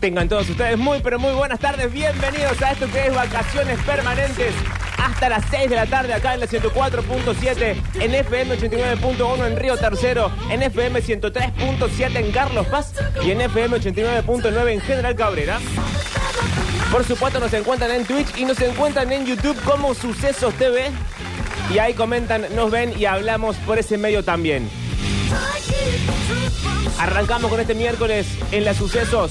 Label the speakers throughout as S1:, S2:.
S1: Tengan todos ustedes muy, pero muy buenas tardes. Bienvenidos a esto que es Vacaciones Permanentes. Hasta las 6 de la tarde acá en la 104.7, en FM 89.1 en Río Tercero, en FM 103.7 en Carlos Paz y en FM 89.9 en General Cabrera. Por supuesto nos encuentran en Twitch y nos encuentran en YouTube como Sucesos TV. Y ahí comentan, nos ven y hablamos por ese medio también. Arrancamos con este miércoles en las sucesos.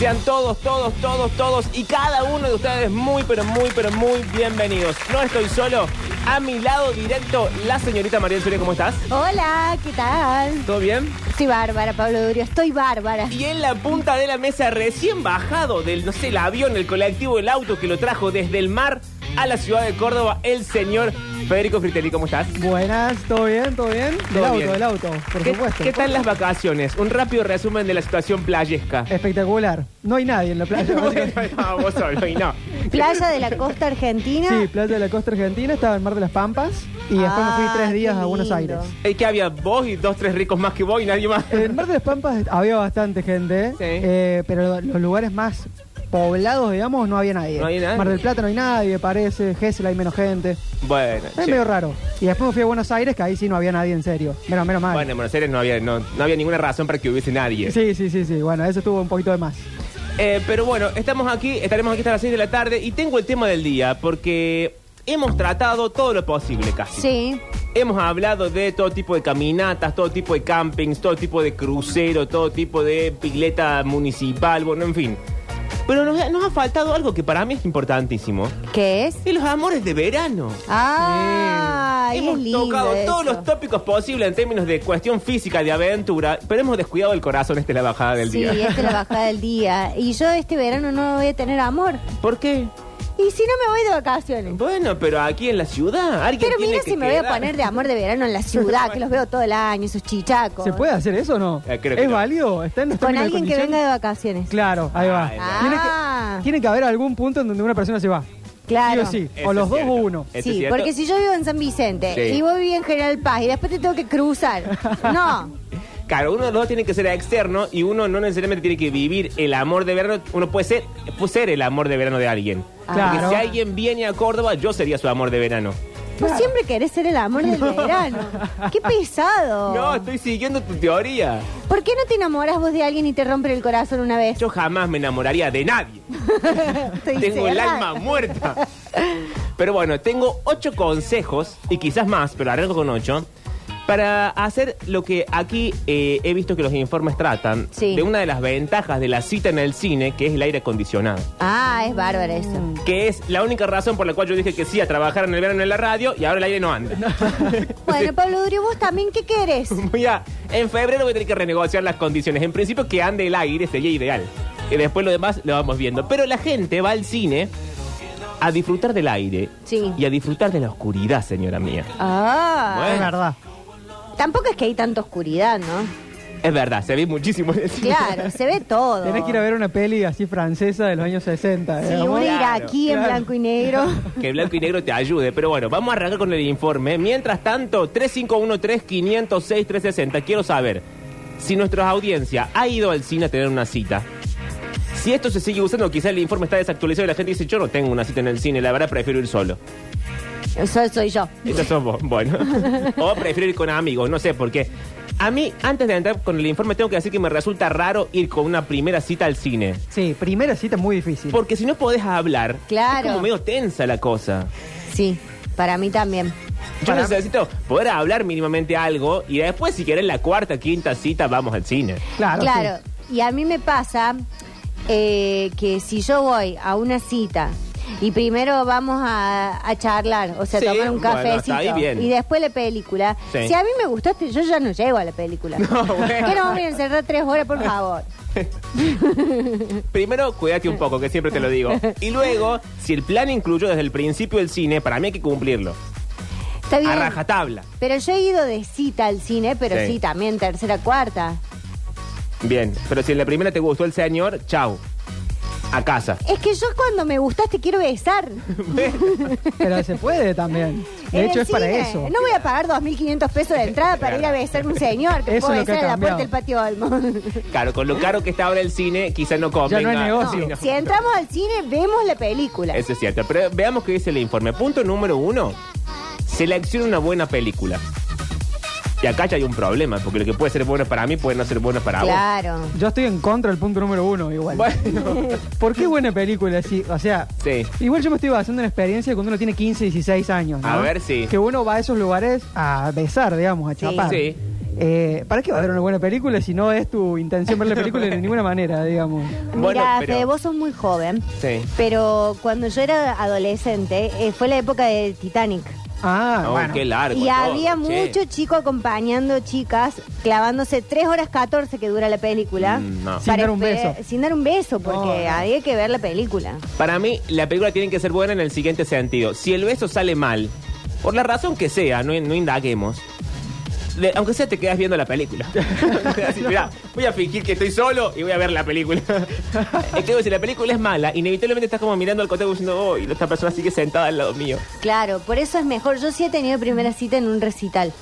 S1: Sean todos, todos, todos, todos y cada uno de ustedes muy, pero muy, pero muy bienvenidos. No estoy solo. A mi lado directo, la señorita María del Sur, ¿cómo estás?
S2: Hola, ¿qué tal?
S1: ¿Todo bien?
S2: Soy Bárbara, Pablo Durio, estoy Bárbara.
S1: Y en la punta de la mesa, recién bajado del, no sé, el avión, el colectivo, el auto que lo trajo desde el mar a la ciudad de Córdoba, el señor Federico Fritelli, ¿cómo estás?
S3: Buenas, ¿todo bien? ¿Todo bien?
S1: Todo
S3: el auto,
S1: bien.
S3: el auto, por
S1: ¿Qué,
S3: supuesto.
S1: ¿Qué tal las vacaciones? Un rápido resumen de la situación playesca.
S3: Espectacular. No hay nadie en la playa.
S1: no, vos solo, y no.
S2: Playa de la costa argentina.
S3: sí, playa de la costa argentina, estaba en Mar de las Pampas y después me
S2: Ah,
S3: fui tres días
S2: qué
S3: a Buenos
S2: lindo.
S3: Aires.
S1: Es que había vos y dos, tres ricos más que vos y nadie más.
S3: En Mar de las Pampas había bastante gente,
S1: Sí.
S3: eh, pero los lugares más poblados, digamos, no había nadie.
S1: No había nadie.
S3: Mar del Plata no hay nadie, parece, Gessel hay menos gente. Es
S1: Bueno, che.
S3: medio raro. Y después me fui a Buenos Aires, que ahí sí no había nadie en serio. Menos, menos mal.
S1: bueno, en Buenos Aires no había, no, no había ninguna razón para que hubiese nadie.
S3: Sí, sí, sí, sí. Bueno, eso estuvo un poquito de más.
S1: Eh, pero bueno, estamos aquí, estaremos aquí hasta las 6 de la tarde y tengo el tema del día porque hemos tratado todo lo posible casi.
S2: Sí.
S1: Hemos hablado de todo tipo de caminatas, todo tipo de campings, todo tipo de crucero, todo tipo de pileta municipal, bueno, en fin. Pero nos, nos ha faltado algo que para mí es importantísimo.
S2: ¿Qué es?
S1: Y los amores de verano.
S2: Ah, y
S1: hemos
S2: es lindo
S1: tocado
S2: eso.
S1: todos los tópicos posibles en términos de cuestión física, de aventura, pero hemos descuidado el corazón, esta es la bajada del
S2: Sí,
S1: día.
S2: esta es la bajada del día. Y yo este verano no voy a tener amor.
S1: ¿Por qué?
S2: Y si no me voy de vacaciones.
S1: Bueno, pero aquí en la ciudad, alguien
S2: Pero
S1: tiene
S2: mira
S1: que
S2: si me voy a
S1: quedar.
S2: poner de amor de verano en la ciudad, que los veo todo el año, esos chichacos.
S3: ¿Se puede hacer eso o no?
S2: Ah,
S1: Eh, creo que
S3: ¿Es
S1: no.
S3: válido? ¿Está en los
S2: Con
S3: términos de
S2: alguien que
S3: condiciones?
S2: venga de vacaciones.
S3: Claro, ahí va.
S1: Ahí
S2: va.
S3: Tiene,
S2: Ah.
S3: que, tiene que haber algún punto en donde una persona se va.
S2: Claro.
S3: Sí o sí.
S1: Eso
S3: o
S1: es
S3: los dos
S1: cierto.
S3: o uno.
S1: ¿Eso es
S2: sí,
S1: Este cierto?
S2: porque si yo vivo en San Vicente
S1: Sí.
S2: y vos vivís en General Paz y después te tengo que cruzar. No.
S1: Claro, uno de los dos tiene que ser externo y uno no necesariamente tiene que vivir el amor de verano. Uno puede ser, puede ser el amor de verano de alguien.
S2: Ah,
S3: Claro.
S1: Porque si alguien viene a Córdoba, yo sería su amor de verano.
S2: Vos siempre querés ser el amor del verano. Qué pesado.
S1: No, estoy siguiendo tu teoría.
S2: ¿Por qué no te enamoras vos de alguien y te rompen el corazón una vez?
S1: Yo jamás me enamoraría de nadie.
S2: Estoy
S1: Tengo el
S2: cerrada.
S1: alma muerta. Pero bueno, tengo ocho consejos, y quizás más, pero arranco con ocho, para hacer lo que aquí eh, he visto que los informes tratan,
S2: Sí.
S1: de una de las ventajas de la cita en el cine, que es el aire acondicionado.
S2: Ah, es bárbaro eso.
S3: Mm.
S1: Que es la única razón por la cual yo dije que sí a trabajar en el verano en la radio y ahora el aire no anda.
S2: Bueno, Pablo Durio, vos también, ¿qué querés?
S1: Voy a- en febrero voy a tener que renegociar las condiciones. En principio que ande el aire sería ideal. Y después lo demás lo vamos viendo. Pero la gente va al cine a disfrutar del aire
S2: Sí.
S1: y a disfrutar de la oscuridad, señora mía.
S2: Ah,
S3: Es verdad.
S2: tampoco es que hay tanta oscuridad, ¿no?
S1: Es verdad, se ve muchísimo en el cine.
S2: Claro, se ve todo.
S3: Tenés que ir a ver una peli así francesa de los años eh. 60.
S2: Sí,
S3: digamos.
S2: un
S1: Claro,
S2: iraquí en
S3: claro.
S2: blanco y negro.
S1: Que blanco y negro te ayude. Pero bueno, vamos a arrancar con el informe. Mientras tanto, 3513-506-360. Quiero saber si nuestra audiencia ha ido al cine a tener una cita. Si esto se sigue usando, quizás el informe está desactualizado y la gente dice, yo no tengo una cita en el cine, la verdad prefiero ir solo.
S2: Eso soy yo.
S1: Eso sos vos, bueno. o prefiero ir con amigos, no sé por qué. A mí, antes de entrar con el informe, tengo que decir que me resulta raro ir con una primera cita al cine.
S3: Sí, primera cita muy difícil.
S1: Porque si no podés hablar,
S2: Claro.
S1: es como medio tensa la cosa.
S2: Sí, para mí también.
S1: Yo
S3: Para-
S1: necesito poder hablar mínimamente algo y después, si querés, la cuarta, quinta cita, vamos al cine.
S3: Claro.
S2: Claro,
S3: sí.
S2: y a mí me pasa eh, que si yo voy a una cita y primero vamos a, a charlar, o sea,
S1: Sí,
S2: tomar un
S1: bueno,
S2: cafecito
S1: hasta ahí bien.
S2: y después la película,
S1: Sí.
S2: si a mí me gustaste, yo ya no llego a la película.
S1: No, bueno.
S2: Que no voy a encerrar tres horas, por favor.
S1: Primero, cuídate un poco, que siempre te lo digo. Y luego, si el plan incluyó desde el principio el cine, para mí hay que cumplirlo.
S2: Está bien.
S1: A rajatabla.
S2: Pero yo he ido de cita al cine, pero
S1: Sí.
S2: sí, también tercera, cuarta.
S1: Bien, pero si en la primera te gustó el señor, chau. a casa.
S2: Es que yo cuando me gustas te quiero besar.
S3: Pero se puede también.
S2: En
S3: De hecho,
S2: el
S3: es para
S2: cine.
S3: eso.
S2: No voy a pagar 2.500 pesos de entrada para ir a besar a un señor que
S3: Eso
S2: puedo
S3: es lo que
S2: besar
S3: ha
S2: a la puerta
S3: cambiado.
S2: del patio Olmo.
S1: Claro, con lo caro que está ahora el cine, quizás no convenga.
S3: es
S2: No,
S3: negocio. Sí,
S2: si entramos al cine, vemos la película.
S1: Eso es cierto. Pero veamos qué dice el informe. Punto número uno. Selecciona una buena película. Y acá ya hay un problema, porque lo que puede ser bueno para mí puede no ser bueno para
S2: claro.
S3: Yo estoy en contra del punto número uno, igual.
S1: vos. Bueno,
S3: ¿Por qué buena película? Sí, o sea,
S1: sí.
S3: igual yo me estoy basando en experiencia cuando uno tiene 15, 16 años. ¿no?
S1: A ver, sí.
S3: Que uno va a esos lugares a besar, digamos, a
S2: Sí.
S3: chapar.
S1: Sí.
S3: Eh, ¿Para qué va a haber una buena película si no es tu intención ver la película de ninguna manera, digamos?
S1: Bueno,
S2: Mira,
S1: pero-
S2: Fede, vos sos muy joven,
S1: Sí.
S2: pero cuando yo era adolescente eh, fue la época de Titanic.
S3: Ah,
S1: No,
S3: bueno.
S1: qué largo.
S2: y
S1: todo,
S2: había
S1: che.
S2: mucho chico acompañando chicas, clavándose 3 horas 14 que dura la película.
S1: Mm, no.
S3: Sin dar un
S2: esper-
S3: beso.
S2: Sin dar un beso, porque
S3: No, no.
S2: había que ver la película.
S1: Para mí, la película tiene que ser buena en el siguiente sentido. Si el beso sale mal, por la razón que sea, no, no indaguemos. de- aunque sea, te quedas viendo la película. Así, mirá, voy a fingir que estoy solo y voy a ver la película. es que si la película es mala, inevitablemente estás como mirando al cotejo diciendo, oh, y esta persona sigue sentada al lado mío.
S2: Claro, por eso es mejor. Yo sí he tenido primera cita en un recital.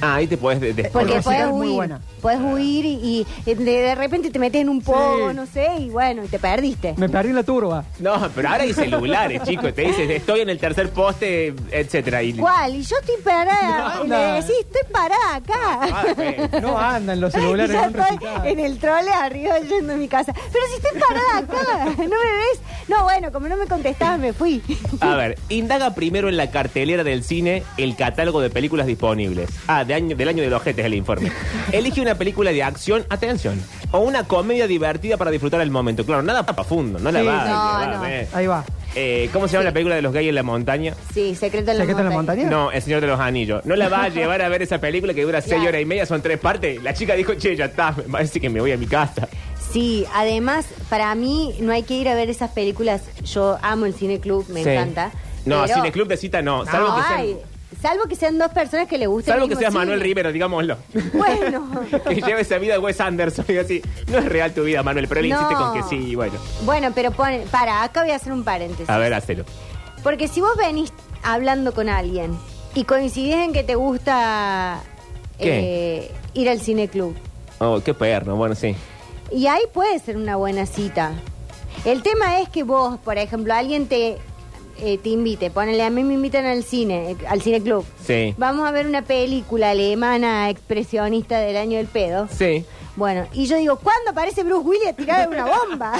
S1: Ah, ahí te puedes de- de-
S2: Porque
S3: Porque
S2: puedes
S3: es Eh, muy
S2: huir,
S3: buena.
S1: Ah.
S2: puedes huir y, y de, de repente te metes en un pogo,
S3: Sí.
S2: no sé, y bueno, y te perdiste.
S3: Me perdí la turba.
S1: No, pero ahora hay celulares, chicos. Te dices, estoy en el tercer poste, etcétera. Y...
S2: ¿Cuál? Y yo estoy parada.
S3: No,
S2: y
S3: no.
S2: le decís, estoy parada acá.
S1: Ah, eh,
S3: No andan los celulares
S2: Y yo
S3: en un
S2: estoy
S3: recital.
S2: en el trole arriba yendo a mi casa. Pero si estoy parada acá, ¿no me ves? No, bueno, como no me contestabas, me fui.
S1: A ver, indaga primero en la cartelera del cine el catálogo de películas disponibles. Ah, de año, del año de los jetes el informe. Elige una película de acción, atención, o una comedia divertida para disfrutar el momento. Claro, nada pa- profundo, no la
S3: Sí,
S1: va a
S2: no,
S1: llevar,
S2: no.
S1: eh.
S3: Ahí va.
S1: Eh, ¿Cómo se llama la película de los gays en la montaña?
S2: Sí, secreto en la
S3: ¿Secreto en la montaña?
S1: No, El Señor de los Anillos. No la va a llevar a ver esa película que dura seis
S2: Claro.
S1: horas y media, son tres partes. La chica dijo, che, ya está, me parece que me voy a mi casa.
S2: Sí, además, para mí no hay que ir a ver esas películas. Yo amo el cine club, me
S1: Sí.
S2: encanta.
S1: No,
S2: pero
S1: Cine Club de Cita no.
S2: no
S1: salvo que sean-
S2: hay. Salvo que sean dos personas que le gusten.
S1: salvo que seas Manuel Rivero, digámoslo.
S2: Bueno.
S1: que lleve esa vida de Wes Anderson y así. No es real tu vida, Manuel, pero él insiste
S2: No.
S1: con que sí, y bueno.
S2: Bueno, pero pone, para, acá voy a hacer un paréntesis.
S1: A ver, hacelo.
S2: Porque si vos venís hablando con alguien y coincidís en que te gusta
S1: ¿Qué?
S2: eh, ir al cineclub,
S1: Oh, qué perno, bueno, sí.
S2: y ahí puede ser una buena cita. El tema es que vos, por ejemplo, alguien te, eh, te invite, ponele, a mí me invitan al cine, eh, al cineclub.
S1: Sí.
S2: Vamos a ver una película alemana expresionista del año del pedo.
S1: Sí.
S2: Bueno, y yo digo, ¿cuándo aparece Bruce Willis tirado de una bomba?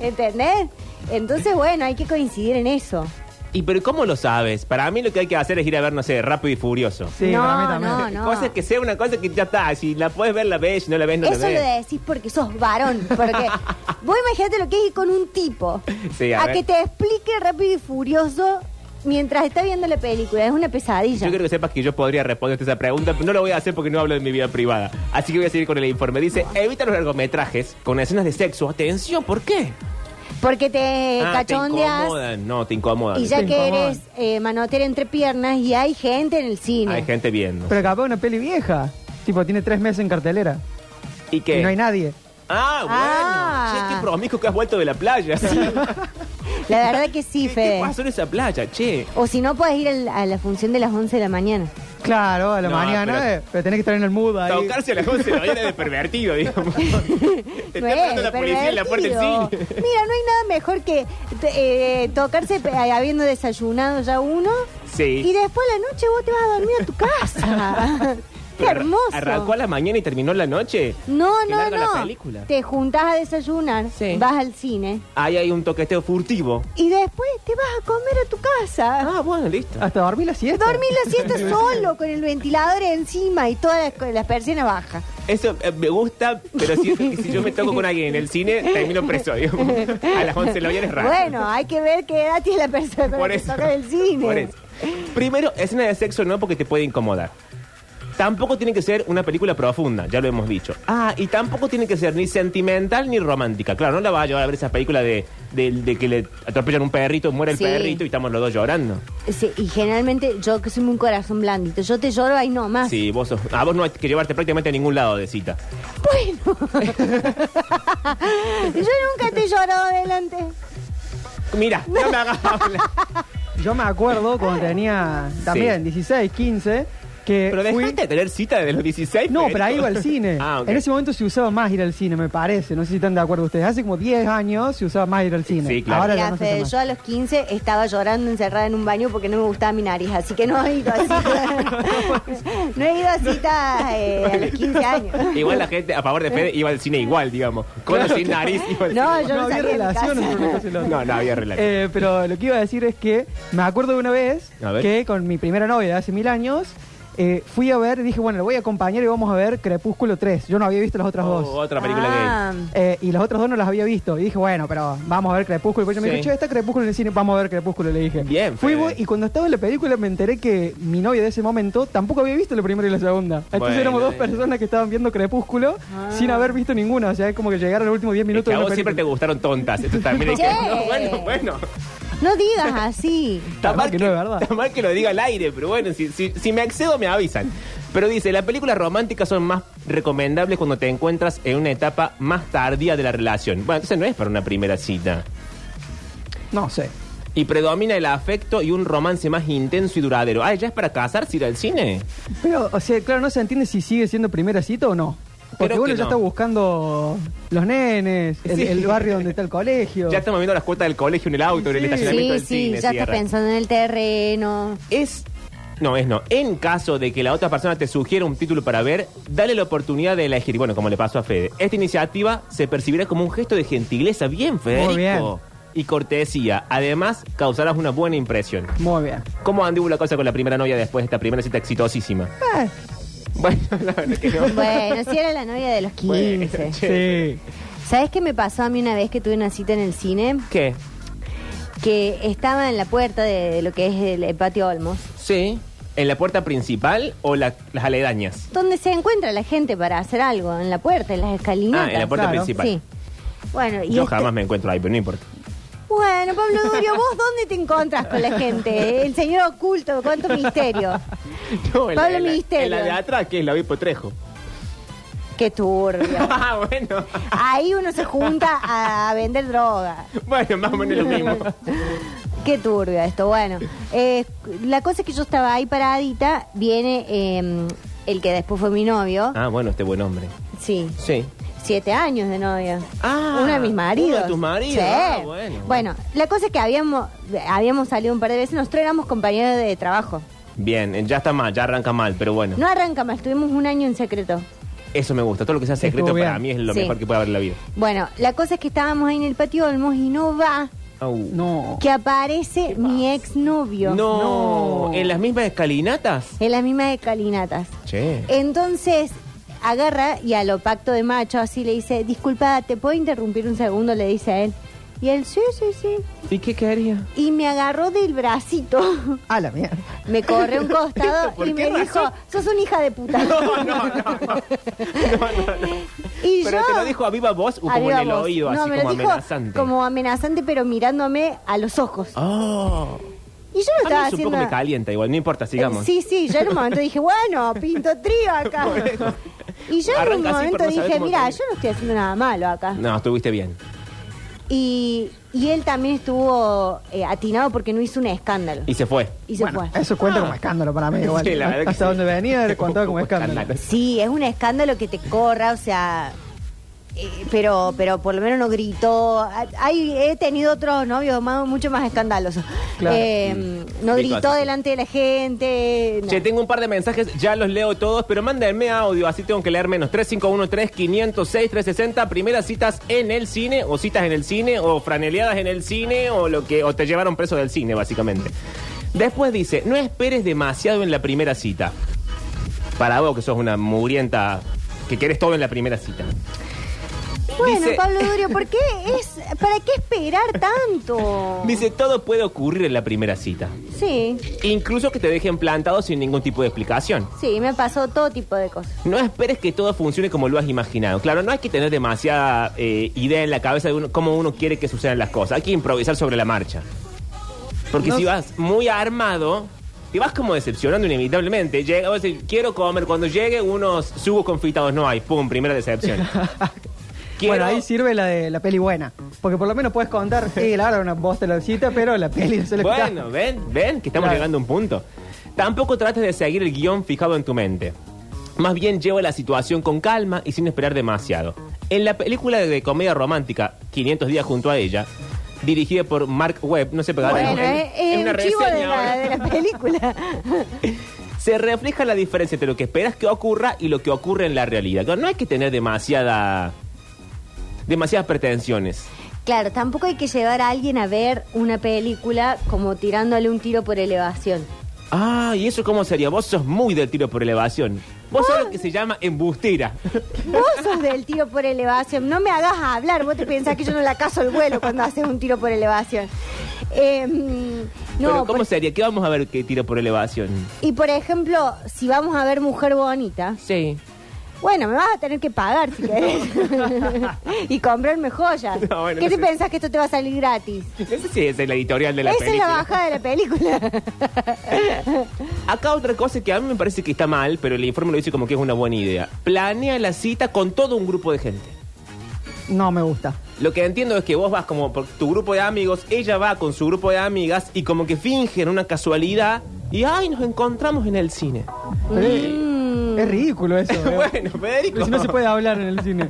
S2: ¿Entendés? Entonces, bueno, hay que coincidir en eso.
S1: ¿Y pero cómo lo sabes? Para mí lo que hay que hacer es ir a ver, no sé, Rápido y Furioso.
S3: Sí,
S2: no,
S3: para mí también.
S2: no, no.
S1: Cosa que sea una cosa que ya está. Si la puedes ver, la ves. Si no la ves, no
S2: Eso
S1: la
S2: lo
S1: ves.
S2: decís porque sos varón. Porque vos imagínate lo que es ir con un tipo
S1: Sí, a
S2: a,
S1: ver.
S2: que te explique rápido y furioso mientras está viendo la película. Es una pesadilla.
S1: Yo quiero que sepas que yo podría responderte esa pregunta, pero no lo voy a hacer porque no hablo de mi vida privada. Así que voy a seguir con el informe. Dice, evita los largometrajes con escenas de sexo. Atención, ¿por qué?
S2: Porque te
S1: Ah, Te
S2: Eh, cachondeas
S1: incomodan. No, te incomodan.
S2: y ya
S3: Te
S2: que
S3: incomodan.
S2: eres eh, manotera entre piernas y hay gente en el cine.
S1: Hay gente viendo.
S3: Pero capaz una peli vieja. Tipo, tiene tres meses en cartelera.
S1: ¿Y qué?
S3: Y no hay nadie.
S1: Ah, bueno.
S2: Ah.
S1: Che, qué promiscuo que has vuelto de la playa.
S2: La verdad que sí,
S1: ¿Qué, qué
S2: Fede.
S1: pasó en esa playa, che?
S2: O si no, puedes ir al- a la función de las 11 de la mañana.
S3: Claro, a la
S1: No,
S3: mañana, eh,
S1: pero-
S3: pero, tenés que estar en el mood ahí.
S1: Tocarse a las 11 de la mañana es de pervertido, digamos. Te está
S2: No
S1: esperando
S2: es,
S1: la policía en la puerta del
S2: pervertido.
S1: cine.
S2: Mira, no hay nada mejor que te- eh, tocarse pe- habiendo desayunado ya uno. Y
S1: Sí.
S2: después a la noche vos te vas a dormir a tu casa. Qué
S1: Pero
S2: hermoso.
S1: Arrancó a la mañana y terminó la noche.
S2: No,
S1: Qué
S2: no,
S1: larga la
S2: no.
S1: película.
S2: Te juntás a desayunar,
S1: Sí.
S2: vas al cine
S1: Ahí hay un toqueteo furtivo.
S2: y después te vas a comer a tu casa.
S1: Ah, bueno, listo.
S3: Hasta dormir la siesta.
S2: Dormir la siesta solo con el ventilador encima y todas las, con las persianas bajas.
S1: Eso eh, me gusta, pero siento que si yo me toco con alguien en el cine, termino preso, digamos. A las 11 de la mañana es raro.
S2: Bueno, hay que ver qué edad tiene la persona con
S1: Por
S2: la que
S1: eso.
S2: toca en el cine.
S1: Por eso. Primero, escena de sexo no porque te puede incomodar. Tampoco tiene que ser una película profunda, ya lo hemos dicho. Ah, y tampoco tiene que ser ni sentimental ni romántica. Claro, no la va a llevar a ver esa película de, de- de que le atropellan un perrito, muere el
S2: Sí.
S1: perrito y estamos los dos llorando.
S2: Sí, y generalmente yo que soy un corazón blandito, yo te lloro ahí nomás.
S1: Sí, vos sos- a vos no hay que llevarte prácticamente a ningún lado de cita.
S2: Yo nunca te he llorado adelante.
S1: Mira, no me hagas hablar.
S3: Yo me acuerdo cuando tenía también 16, 15, que
S1: Pero
S3: fui-
S1: dejaste de tener cita desde los 16.
S3: No,
S1: Federico.
S3: pero ahí iba al cine.
S1: Ah, ok.
S3: En ese momento se usaba más ir al cine, me parece. No sé si están de acuerdo ustedes. Hace como 10 años se usaba más ir al cine.
S1: Sí, claro.
S3: Ahora ya
S2: Mira,
S3: no se
S2: Fede,
S3: hace más.
S2: yo a los 15 estaba llorando encerrada en un baño porque no me gustaba mi nariz, así que no he ido a citas. no he ido a citas eh, a los 15 años.
S1: Igual la gente a favor de Fede iba al cine igual, digamos. Con o sin nariz iba al
S2: No,
S1: cine.
S2: yo no, salía
S3: había
S2: de mi
S3: relación
S2: casa.
S3: entre una cosa y la otra.
S1: No, no había relación.
S3: Eh, pero lo que iba a decir es que me acuerdo de una vez
S1: A ver.
S3: que con mi primera novia de hace mil años eh, fui a ver, dije, bueno, la voy a acompañar y vamos a ver Crepúsculo 3. Yo no había visto las otras
S1: Oh,
S3: dos.
S1: Otra película
S2: Ah.
S3: Eh, y las otras dos no las había visto. Y dije, bueno, pero vamos a ver Crepúsculo. Y pues yo me
S1: Sí.
S3: dije, che, está Crepúsculo en el cine, vamos a ver Crepúsculo. Le dije,
S1: Bien,
S3: Fui
S1: Fede.
S3: voy- y cuando estaba en la película me enteré que mi novia de ese momento tampoco había visto la primera y la segunda. Entonces
S1: Bueno,
S3: éramos dos
S1: eh.
S3: personas que estaban viendo Crepúsculo sin haber visto ninguna. O sea, es como que llegaron los últimos 10
S1: gay. Es
S3: minutos
S1: que a
S3: de la
S1: vos siempre te
S3: película.
S1: gustaron tontas. Esto también hay que-
S2: Che.
S1: No, bueno, bueno.
S2: No digas así.
S1: Está mal, que,
S3: no es verdad.
S1: está mal que lo diga al aire, pero bueno, si, si- si me accedo me avisan. Pero dice, las películas románticas son más recomendables cuando te encuentras en una etapa más tardía de la relación. Bueno, entonces no es para una primera cita.
S3: No sé.
S1: Y predomina el afecto y un romance más intenso y duradero. Ah, ¿ya es para casarse ir al cine?
S3: Pero, o sea, claro, no se entiende si sigue siendo primera cita o no. Porque
S1: Creo
S3: uno
S1: que
S3: ya
S1: no.
S3: está buscando los nenes, el,
S1: Sí.
S3: el barrio donde está el colegio.
S1: Ya estamos viendo las cuotas del colegio en el auto, en el
S3: Sí.
S1: estacionamiento
S2: Sí,
S1: del
S2: sí,
S1: cine.
S2: ya está
S1: Sierra.
S2: pensando en el terreno.
S1: Es. No, es no. En caso de que la otra persona te sugiera un título para ver, dale la oportunidad de elegir. Bueno, como le pasó a Fede. Esta iniciativa se percibirá como un gesto de gentileza. Bien, Federico.
S3: bien.
S1: Y cortesía. Además, causarás una buena impresión.
S3: Muy bien.
S1: ¿Cómo anduvo la cosa con la primera novia después de esta primera cita exitosísima?
S3: Eh,
S1: Bueno, la verdad que no.
S2: Bueno, si era la novia de los 15.
S3: sí.
S2: ¿Sabes qué me pasó a mí una vez que tuve una cita en el cine?
S1: ¿Qué?
S2: Que estaba en la puerta de, de lo que es el, el patio Olmos.
S1: Sí. ¿En la puerta principal o la- las aledañas?
S2: Donde se encuentra la gente para hacer algo, en la puerta, en las escalinatas.
S1: Ah, en la puerta
S3: Claro.
S1: principal.
S2: Sí. Bueno, y
S1: Yo
S2: este-
S1: jamás me encuentro ahí, pero no importa.
S2: Bueno, Pablo Durio, ¿vos dónde te encontrás con la gente? El señor oculto, cuánto misterio.
S1: No, en la-
S2: Pablo
S1: en la-
S2: Ministerio.
S1: En la de atrás, que es la Obispo Trejo.
S2: Qué turbio.
S1: Ah, bueno.
S2: Ahí uno se junta a vender droga.
S1: Bueno, más o menos lo mismo.
S2: Qué turbio esto. Bueno, eh, la cosa es que yo estaba ahí paradita, viene eh, el que después fue mi novio.
S1: Ah, bueno, este buen hombre.
S2: Sí,
S1: Sí.
S2: siete años de novia.
S1: Ah,
S2: uno de mis maridos.
S1: uno de tus maridos.
S2: Sí.
S1: Ah, bueno,
S2: bueno,
S1: bueno.
S2: la cosa es que habíamos, habíamos salido un par de veces, nosotros éramos compañeros de trabajo.
S1: Bien, eh, ya está mal, ya arranca mal, pero bueno.
S2: No arranca más, estuvimos un año en secreto.
S1: Eso me gusta. Todo lo que sea secreto
S3: Estuvo bien.
S1: para mí es lo
S2: Sí.
S1: mejor que puede haber en la vida.
S2: Bueno, la cosa es que estábamos ahí en el patio Olmos y no va
S1: Au.
S3: No.
S2: que aparece mi exnovio.
S1: No,
S3: No.
S1: ¿En las mismas escalinatas?
S2: En las mismas escalinatas.
S1: Che.
S2: Eh. Entonces agarra y a lo pacto de macho así le dice, disculpa, ¿te puedo interrumpir un segundo? Le dice a él. Y él, sí, sí, sí.
S1: ¿Y qué quería?
S2: Y me agarró del bracito,
S3: A la mierda.
S2: me corre un costado
S1: ¿Por
S2: y
S1: qué
S2: me dijo,
S1: razón?
S2: sos una hija de puta.
S1: No, no, no. no, no, no.
S2: Y
S1: Pero
S2: yo...
S1: te lo dijo a viva voz o Uh, como
S2: arriba
S1: en el
S2: vos.
S1: oído,
S2: No,
S1: así
S2: me
S1: como
S2: lo dijo
S1: amenazante.
S2: Como amenazante, pero mirándome a los ojos.
S1: Oh.
S2: Y yo
S1: A mí
S2: no estaba
S1: eso un
S2: haciendo... Eh,
S1: poco me calienta igual, no importa, sigamos.
S2: Sí, sí, yo en un momento dije, bueno, pinto trío acá. Y yo en un
S1: Arranca así, pero
S2: momento
S1: no sabes
S2: dije,
S1: cómo
S2: mira, yo
S1: termina".
S2: no estoy haciendo nada malo acá.
S1: No, estuviste bien.
S2: Y, y él también estuvo eh, atinado porque no hizo un escándalo.
S1: Y se fue. Ah.
S2: Y se
S3: Bueno,
S2: fue.
S3: eso cuenta como escándalo para mí igual.
S1: Sí, la verdad que
S3: Hasta
S1: sí.
S3: donde venía era contado como escándalo.
S2: Sí, es un escándalo que te corra, o sea... eh, Pero, pero por lo menos no gritó. Ah, Hay, he tenido otros novios más- mucho más escandalosos.
S3: Claro.
S2: Eh, no
S1: Rico,
S2: gritó
S1: Mm. así.
S2: delante de la gente. no.
S1: Che, tengo un par de mensajes, ya los leo todos, pero mándenme audio, así tengo que leer menos. 351-3506-360, primeras citas en el cine, o citas en el cine, o franeleadas en el cine, o lo que, o te llevaron preso del cine, básicamente. Después dice, no esperes demasiado en la primera cita. Para vos que sos una mugrienta, que querés todo en la primera cita.
S2: Bueno,
S1: Dice-
S2: Pablo Durio, ¿por qué es, ¿para qué esperar tanto?
S1: Dice, todo puede ocurrir en la primera cita.
S2: Sí,
S1: Incluso que te dejen plantado sin ningún tipo de explicación.
S2: sí, me pasó todo tipo de cosas.
S1: No esperes que todo funcione como lo has imaginado. Claro, no hay que tener demasiada eh, idea en la cabeza de uno- cómo uno quiere que sucedan las cosas. Hay que improvisar sobre la marcha. Porque
S3: No
S1: si
S3: sé.
S1: vas muy armado, te vas como decepcionando inevitablemente. Llega, vas a decir, quiero comer. Cuando llegue, unos subos confitados no hay. Pum, primera decepción. Quiero-
S3: Bueno, ahí sirve la de la peli buena. Porque por lo menos puedes contar, sí, claro, una voz te la cita, pero la peli no se lo
S1: Bueno, ven, ven, que estamos
S3: Claro.
S1: llegando a un punto. Tampoco trates de seguir el guión fijado en tu mente. Más bien lleva la situación con calma y sin esperar demasiado. En la película de comedia romántica, 500 días junto a ella, dirigida por Mark Webb, no sé pegar
S2: Bueno, es, es un chivo de la, de la película.
S1: se refleja la diferencia entre lo que esperas que ocurra y lo que ocurre en la realidad. No hay que tener demasiada, demasiadas pretensiones.
S2: Claro, tampoco hay que llevar a alguien a ver una película como tirándole un tiro por elevación.
S1: Ah, ¿y eso cómo sería? Vos sos muy del tiro por elevación. Vos sos lo que se llama embustera.
S2: Vos sos del tiro por elevación. No me hagas hablar. Vos te pensás que yo no la caso el vuelo cuando haces un tiro por elevación. Eh, mm,
S1: Pero
S2: no,
S1: ¿cómo
S2: por-
S1: sería? ¿Qué vamos a ver que tiro por elevación?
S2: y por ejemplo, si vamos a ver Mujer Bonita,
S1: Sí.
S2: bueno, me vas a tener que pagar si querés. y comprarme joyas.
S1: No, bueno,
S2: ¿Qué
S1: no
S2: te
S1: sé.
S2: pensás que esto te va a salir gratis?
S1: No sé si esa es la editorial de la
S2: Esa es
S1: película.
S2: la bajada de la película.
S1: Acá otra cosa que a mí me parece que está mal, pero el informe lo dice como que es una buena idea. Planea la cita con todo un grupo de gente.
S3: está. No me gusta.
S1: Lo que entiendo es que vos vas como por tu grupo de amigos, ella va con su grupo de amigas y como que fingen una casualidad y ¡ay! nos encontramos en el cine.
S3: Pero es-
S2: Mm.
S3: Es ridículo eso. veo.
S1: bueno, Federico.
S3: Pero si no se puede hablar en el cine.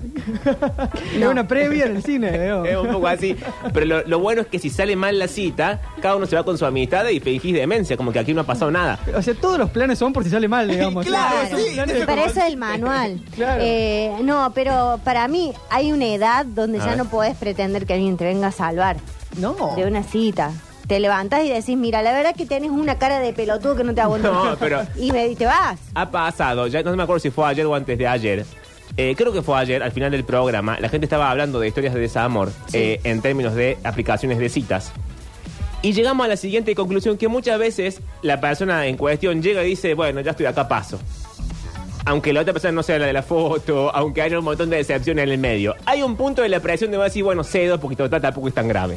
S3: Es una previa en el cine, veo.
S1: Es un poco así. Pero lo, lo bueno es que si sale mal la cita, cada uno se va con su amistad y fingís demencia, como que aquí no ha pasado nada.
S3: O sea, todos los planes son por si sale mal, digamos.
S1: Claro, sí,
S3: Son planes-
S1: eso
S2: Para
S1: como-
S2: eso es el manual.
S3: Claro.
S2: Eh, no, pero para mí hay una edad donde
S1: A
S2: ya
S1: ver.
S2: no podés pretender que alguien te venga a salvar
S3: No.
S2: de una cita. Te levantás y decís, mira, la verdad es que tenés una cara de pelotudo que no te aguanto.
S1: No, pero-
S2: Y, me, y te vas.
S1: Ha pasado, ya no me acuerdo si fue ayer o antes de ayer. eh, creo que fue ayer, al final del programa, la gente estaba hablando de historias de desamor eh, en términos de aplicaciones de citas. Y llegamos a la siguiente conclusión, que muchas veces la persona en cuestión llega y dice, bueno, ya estoy acá, paso. Aunque la otra persona no sea la de la foto, aunque haya un montón de decepciones en el medio. Hay un punto de la presión de decir, bueno, cedo porque total tampoco es tan grave.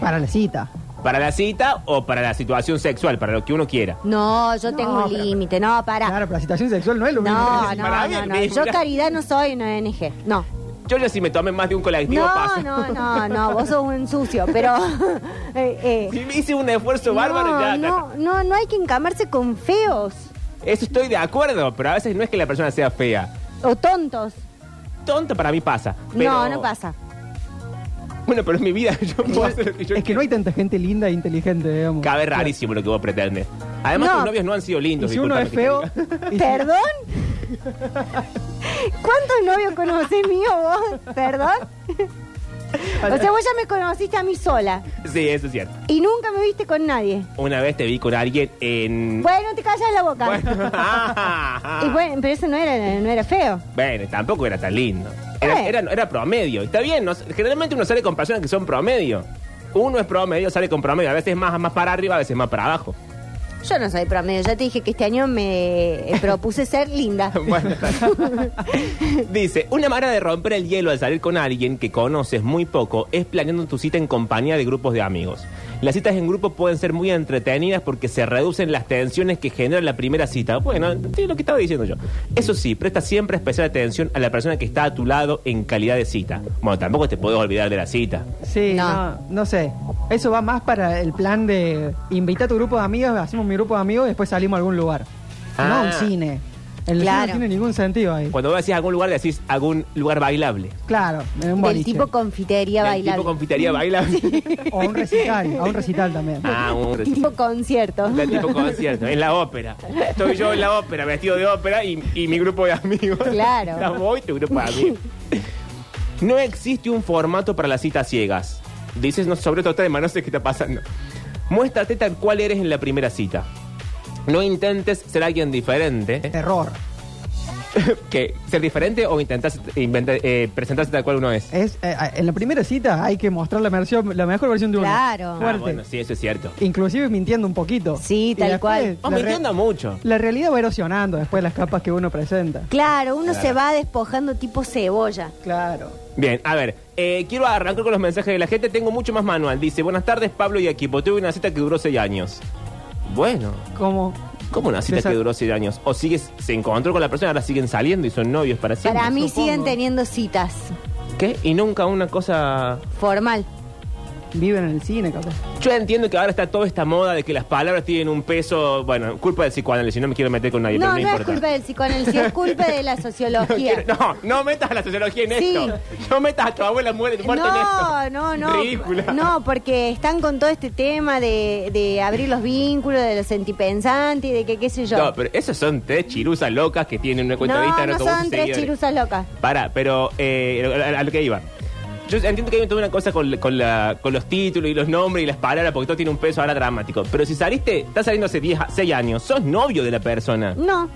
S3: Para la cita.
S1: Para la cita o para la situación sexual, para lo que uno quiera.
S2: No, yo tengo un
S3: pero-
S2: límite. No, para.
S3: Claro, para la situación sexual no es lo mismo.
S2: no, no,
S1: Para mí
S2: no,
S1: es
S2: no.
S1: ridícula.
S2: Yo caridad no soy una ONG. No.
S1: Yo ya si me tomé más de un colectivo
S2: No,
S1: paso.
S2: no, no, no. Vos sos un sucio, pero... eh, eh,
S1: Si me hice un esfuerzo bárbaro,
S2: no,
S1: ya, ya,
S2: no, no, no hay que encamarse con feos
S1: ya. Eso estoy de acuerdo, pero a veces no es que la persona sea fea.
S2: o tontos.
S1: Tonto para mí pasa. pero-
S2: No, no pasa.
S1: Bueno, pero en mi vida yo puedo hacer lo que yo
S3: Es que no hay tanta gente linda e inteligente, digamos.
S1: Cabe rarísimo lo que vos pretendes. Además,
S2: No.
S1: tus novios no han sido
S3: Y
S1: lindos.
S3: si uno
S1: discúlpame
S3: es
S1: que te
S3: feo.
S1: diga.
S3: y si-
S2: ¿Perdón? ¿Cuántos novios conocés mío vos? ¿Perdón? O sea, vos ya me conociste a mí sola
S1: Sí, eso es cierto.
S2: y nunca me viste con nadie.
S1: Una vez te vi con alguien en.
S2: Bueno, te callas la boca. Y
S1: Bueno.
S2: bueno, pero eso no era, no era feo.
S1: Bueno, tampoco era tan lindo. Era,
S2: Eh.
S1: era- era promedio. Está bien, no- generalmente uno sale con personas que son promedio. Uno es promedio, sale con promedio. A veces más, más para arriba, a veces más para abajo.
S2: Yo no soy promedio, ya te dije que este año me eh, propuse ser linda.
S1: Bueno, está bien. Dice, una manera de romper el hielo al salir con alguien que conoces muy poco es planeando tu cita en compañía de grupos de amigos. Las citas en grupo pueden ser muy entretenidas porque se reducen las tensiones que genera la primera cita. Bueno, es lo que estaba diciendo yo. Eso sí, presta siempre especial atención a la persona que está a tu lado en calidad de cita. Bueno, tampoco te podés olvidar de la cita.
S3: Sí,
S2: No.
S3: no. no, sé. Eso va más para el plan de invita a tu grupo de amigos, hacemos mi grupo de amigos y después salimos a algún lugar. No
S1: Ah. Pues-
S3: a un cine. El
S2: Claro.
S3: cine no tiene ningún sentido ahí.
S1: Cuando vos decís algún lugar, decís algún lugar bailable.
S3: Claro, en un
S2: Del
S3: boliche.
S2: tipo confitería
S1: Del
S2: bailable.
S1: Tipo confitería bailable.
S3: O a un recital, a un recital también.
S1: Ah, un
S2: Tipo concierto.
S1: Del tipo concierto, en la ópera. Estoy yo en la ópera, vestido de ópera y, y mi grupo de amigos.
S2: Claro.
S1: Estás vos y tu grupo de amigos. No existe un formato para las citas ciegas. Dices, no, sobre todo tema, no sé qué está pasando. Muéstrate tal cual eres en la primera cita. No intentes ser alguien diferente.
S3: Terror.
S1: que ser diferente o intentar inventar- eh, presentarse tal cual uno es.
S3: Es, eh, en la primera cita hay que mostrar la, versión, la mejor versión de uno.
S2: Claro.
S1: Ah,
S3: Fuerte.
S1: bueno, sí, eso es cierto.
S3: Inclusive mintiendo un poquito.
S2: Sí,
S3: Y
S2: tal
S3: después
S2: cual.
S1: No,
S3: la
S1: me
S3: re-
S1: entiendo mucho.
S3: La realidad va erosionando después las capas que uno presenta.
S2: Claro, uno
S1: Claro.
S2: se va despojando tipo cebolla.
S3: Claro.
S1: Bien, a ver, eh, quiero arrancar con los mensajes de la gente. Tengo mucho más manual. Dice, buenas tardes, Pablo y equipo. Tuve una cita que duró seis años. Bueno,
S3: Como
S1: ¿cómo una cita
S3: Desa-
S1: que duró seis años? O sigues, se encontró con la persona, ahora siguen saliendo y son novios para siempre.
S2: Para mí
S3: supongo.
S2: siguen teniendo citas.
S1: ¿Qué? Y nunca una cosa...
S2: Formal.
S3: viven en el cine, capaz.
S1: Yo entiendo que ahora está toda esta moda de que las palabras tienen un peso... Bueno, culpa del psicoanálisis, no me quiero meter con nadie,
S2: No,
S1: pero
S2: no,
S1: no,
S2: es
S1: importa.
S2: culpa del psicoanálisis, es culpa de la
S1: No,
S2: sociología.
S1: quiero- no, no metas a la sociología en
S2: Sí.
S1: esto. No metas a tu abuela muer- muerta en
S2: No,
S1: esto.
S2: no, no.
S1: Ridícula.
S2: No, porque están con todo este tema de, de abrir los vínculos, de los sentipensantes y de que qué sé yo.
S1: No, pero esos son tres chirusas locas que tienen una cuenta de
S2: no,
S1: Instagram
S2: no
S1: con muchos
S2: son tres
S1: seguidores.
S2: chirusas locas.
S1: Pará, pero eh, a, a lo que iba. Yo entiendo que hay toda una cosa con, con la- con los títulos y los nombres y las palabras, porque todo tiene un peso ahora dramático. Pero si saliste, estás saliendo hace 10, a- 6 años, sos novio de la persona.
S2: No,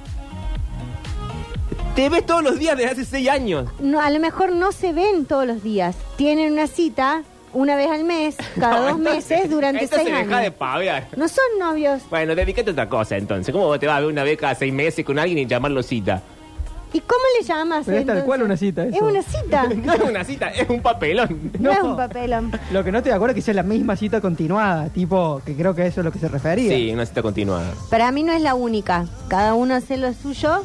S1: Te ves todos los días desde hace 6 años.
S2: no, a lo mejor no se ven todos los días. Tienen una cita una vez al mes, cada
S1: No,
S2: dos
S1: entonces-
S2: meses, durante
S1: entonces
S2: seis
S1: deja de
S2: años.
S1: pavear.
S2: No son novios.
S1: Bueno, dedícate a otra cosa entonces. ¿Cómo vos te vas a ver una vez cada 6 meses con alguien y llamarlo cita?
S2: ¿Y cómo le llamas?
S3: Pero es tal
S2: entonces?
S3: cual una cita, eso.
S2: Es una cita.
S1: No es una cita, es un papelón.
S2: No,
S3: No.
S2: es un papelón.
S3: Lo que no te de acuerdo es que sea la misma cita continuada, tipo, que creo que eso es lo que se refería.
S1: Sí, una cita continuada.
S2: Para mí no es la única. Cada uno hace lo suyo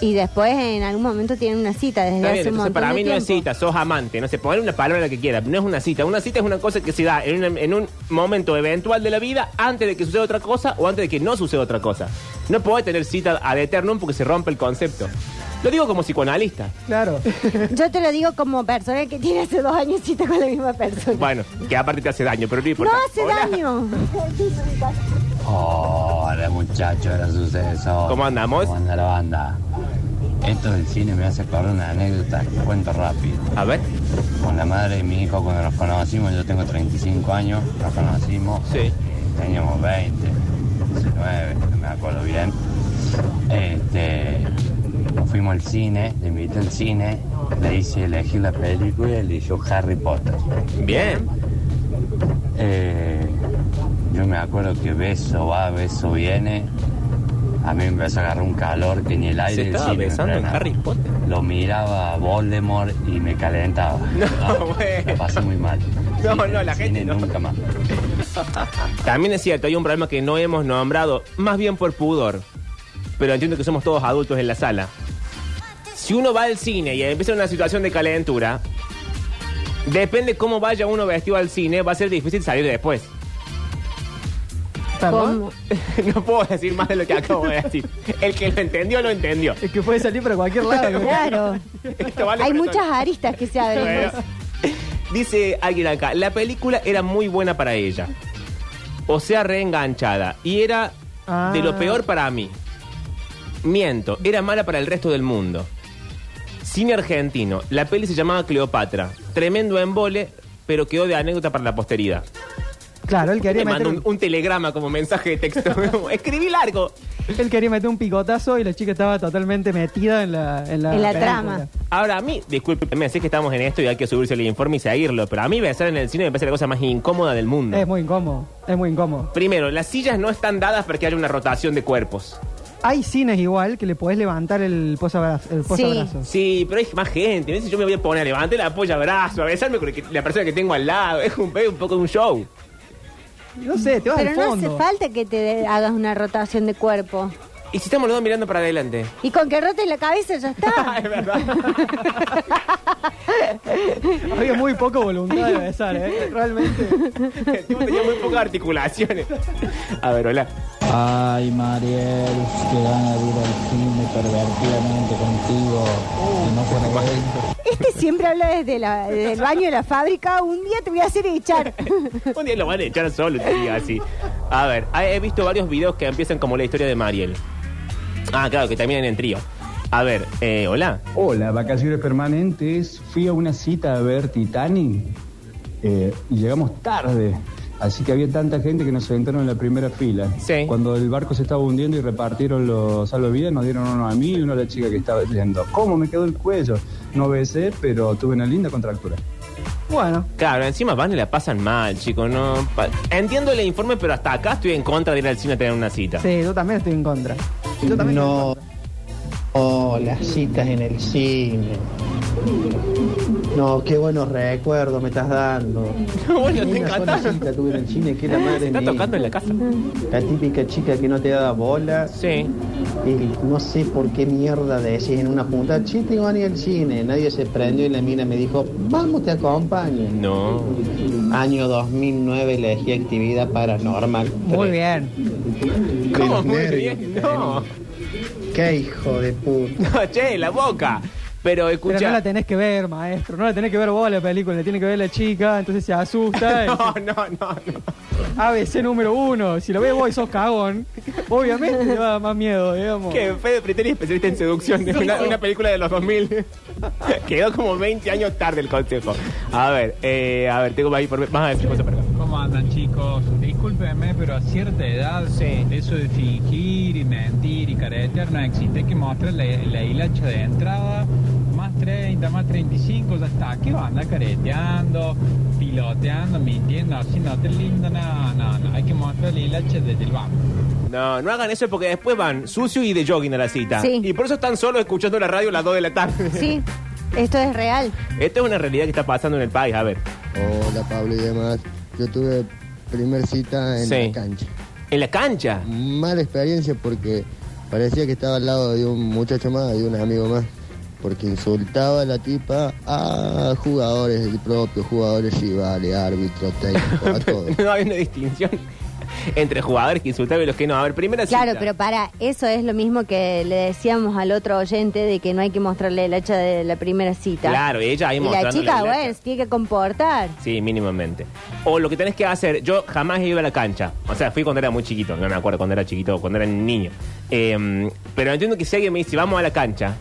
S2: y después en algún momento tienen una cita desde
S1: Está bien,
S2: hace
S1: entonces
S2: un montón
S1: para
S2: de
S1: mí no es
S2: tiempo.
S1: cita, sos amante, no sé, poner una palabra que quiera, no es una cita. Una cita es una cosa que se da en un, en un momento eventual de la vida antes de que suceda otra cosa o antes de que no suceda otra cosa. No podés tener cita ad eternum porque se rompe el concepto. Lo digo como psicoanalista.
S3: Claro.
S2: Yo te lo digo como persona que tiene hace dos años cita con la misma persona.
S1: Bueno, que aparte te hace daño, pero no
S2: no
S1: importa.
S2: hace
S1: Hola.
S2: daño.
S4: Hola muchachos, era suceso.
S1: ¿Cómo andamos?
S4: ¿Cómo anda la banda? Esto del cine me hace acordar una anécdota que cuento rápido.
S1: A ver,
S4: Con la madre de mi hijo cuando nos conocimos, yo tengo 35 años, nos conocimos.
S1: Sí.
S4: Teníamos 20, 19, no me acuerdo bien. Este, nos fuimos al cine, le invité al cine, le hice elegir la película y le hizo Harry Potter.
S1: bien.
S4: Eh, yo me acuerdo que beso va, beso viene. A mí me empezó a agarrar un calor que ni el aire
S1: Se
S4: del
S1: estaba
S4: cine me
S1: besando en
S4: frenaba.
S1: Harry Potter.
S4: Lo miraba a Voldemort y me calentaba.
S1: No,
S4: Ah,
S1: bueno.
S4: La pasé muy mal.
S1: No,
S4: Cine,
S1: no, la
S4: cine,
S1: gente no.
S4: Nunca más.
S1: También es cierto, hay un problema que no hemos nombrado, más bien por pudor. Pero entiendo que somos todos adultos en la sala. Si uno va al cine y empieza una situación de calentura, depende cómo vaya uno vestido al cine, va a ser difícil salir después.
S3: ¿Perdón?
S2: Como-
S1: no puedo decir más de lo que acabo de decir. El que lo entendió, lo entendió.
S3: Es que puede salir para cualquier lado.
S2: Claro.
S1: Esto vale
S2: Hay
S1: para
S2: muchas
S1: todo.
S2: aristas que se abren.
S1: Bueno. Dice alguien acá, la película era muy buena para ella. O sea, reenganchada. Y era
S3: Ah.
S1: de lo peor para mí. Miento, era mala para el resto del mundo. Cine argentino. La peli se llamaba Cleopatra. Tremendo embole, pero quedó de anécdota para la posteridad.
S3: Claro, él
S1: Le
S3: quería, meter
S1: mando
S3: un,
S1: un, un telegrama como mensaje de texto. Escribí largo.
S3: él quería meter un picotazo y la chica estaba totalmente metida en la En la,
S2: En la
S3: película.
S2: trama.
S1: Ahora, a mí, discúlpeme, sé que estamos en esto y hay que subirse el informe y seguirlo, pero a mí besar en el cine me parece la cosa más incómoda del mundo.
S3: Es muy incómodo, es muy incómodo.
S1: Primero, las sillas no están dadas para que haya una rotación de cuerpos.
S3: Hay cines igual que le podés levantar el posabrazos. El posabrazos.
S1: Sí, pero hay más gente. A veces yo me voy a poner, levanté la polla, brazo, a besarme con el que- la persona que tengo al lado. Es un, es un poco de un show.
S3: No sé, te vas
S2: Pero
S3: al
S2: no
S3: fondo.
S2: hace falta que te de- hagas una rotación de cuerpo.
S1: Y si estamos los dos mirando para adelante.
S2: Y con que rotes la cabeza ya está.
S1: es verdad.
S3: Había muy poca voluntad de besar, ¿eh? Realmente.
S1: El tipo tenía muy pocas articulaciones. A ver, hola.
S5: Ay, Mariel, que van a ir al cine pervertidamente contigo. y no por él.
S2: Este siempre habla desde, la, desde el baño de la fábrica. Un día te voy a hacer echar.
S1: Un día lo van a echar solo, te digo así. A ver, ah, he visto varios videos que empiezan como la historia de Mariel. Ah, claro, que terminan en trío. A ver, eh, hola.
S6: Hola, vacaciones permanentes. Fui a una cita a ver Titanic eh, y llegamos tarde. Así que había tanta gente que nos sentaron en la primera fila.
S1: Sí.
S6: Cuando el barco se estaba hundiendo y repartieron los salvavidas, nos dieron uno a mí y uno a la chica que estaba yendo. ¿Cómo me quedó el cuello? No besé, pero tuve una linda contractura.
S3: Bueno,
S1: Claro, encima van y la pasan mal, chicos. No, pa- Entiendo el informe, pero hasta acá estoy en contra de ir al cine a tener una cita.
S3: sí, yo también estoy en contra. Yo también
S5: No, no, las citas en el cine. No, qué buenos recuerdos me estás dando.
S1: bueno, te
S5: Una sola
S1: encantaron.
S5: cita tuve en el cine que la
S1: Se
S5: madre
S1: está
S5: mía.
S1: tocando en la casa.
S5: La típica chica que no te da bola.
S1: Sí.
S5: Y no sé por qué mierda decís en una punta, chiste van a ir al cine. Nadie se prendió y la mina me dijo, vamos, te acompaño.
S1: No.
S5: Año 2009 elegí actividad paranormal.
S3: estoy- Muy
S5: Tres.
S3: bien.
S1: ¿Cómo?
S5: los
S1: Muy
S5: nervios
S1: bien.
S5: que
S1: No.
S5: Qué hijo de puta.
S1: No, che, la boca. Pero
S3: Pero
S1: escucha.
S3: no la tenés que ver, maestro. No la tenés que ver vos la película, la tiene que ver la chica, entonces se asusta. y-
S1: no, no, no, no.
S3: ABC número uno. Si lo ves vos y sos cagón, obviamente te va a dar más miedo, digamos.
S1: Que Fede Priteri es especialista en seducción de una, una película de los 2000. Quedó como 20 años tarde el consejo. A ver, eh, a ver, tengo ahí por... Vas a decir cosas para acá.
S7: ¿Cómo andan chicos? Discúlpenme, pero a cierta edad eso de fingir y mentir y caretear no existe. Hay que mostrar la, la hilacha de entrada, más 30, más 35, ya está. ¿Qué va? Anda careteando, piloteando, mintiendo, haciéndote lindo, no, no, no. Hay que mostrar la hilacha desde el banco.
S1: No, no hagan eso porque después van sucio y de jogging a la cita.
S2: Sí.
S1: Y por eso están solos escuchando la radio a las 2 de la tarde.
S2: Sí, esto es real.
S1: Esto es una realidad que está pasando en el país, a ver.
S8: Hola Pablo y demás. Yo tuve primer cita en
S1: Sí.
S8: la cancha.
S1: En la cancha.
S8: Mala experiencia porque parecía que estaba al lado de un muchacho más, de un amigo más. Porque insultaba a la tipa a jugadores propios, jugadores rivales, árbitros, técnicos, a todos.
S1: no había una distinción entre jugadores que insultaban y los que no. A ver, primera cita.
S2: Claro, pero para, eso es lo mismo que le decíamos al otro oyente de que no hay que mostrarle el hacha de la primera cita.
S1: Claro, ella ahí
S2: Y la
S1: mostrando
S2: chica,
S1: hilacha.
S2: bueno, se tiene que comportar.
S1: Sí, mínimamente. O lo que tenés que hacer, yo jamás iba a la cancha. O sea, fui cuando era muy chiquito, no me acuerdo cuando era chiquito o cuando era niño. Eh, pero entiendo que si alguien me dice, vamos a la cancha,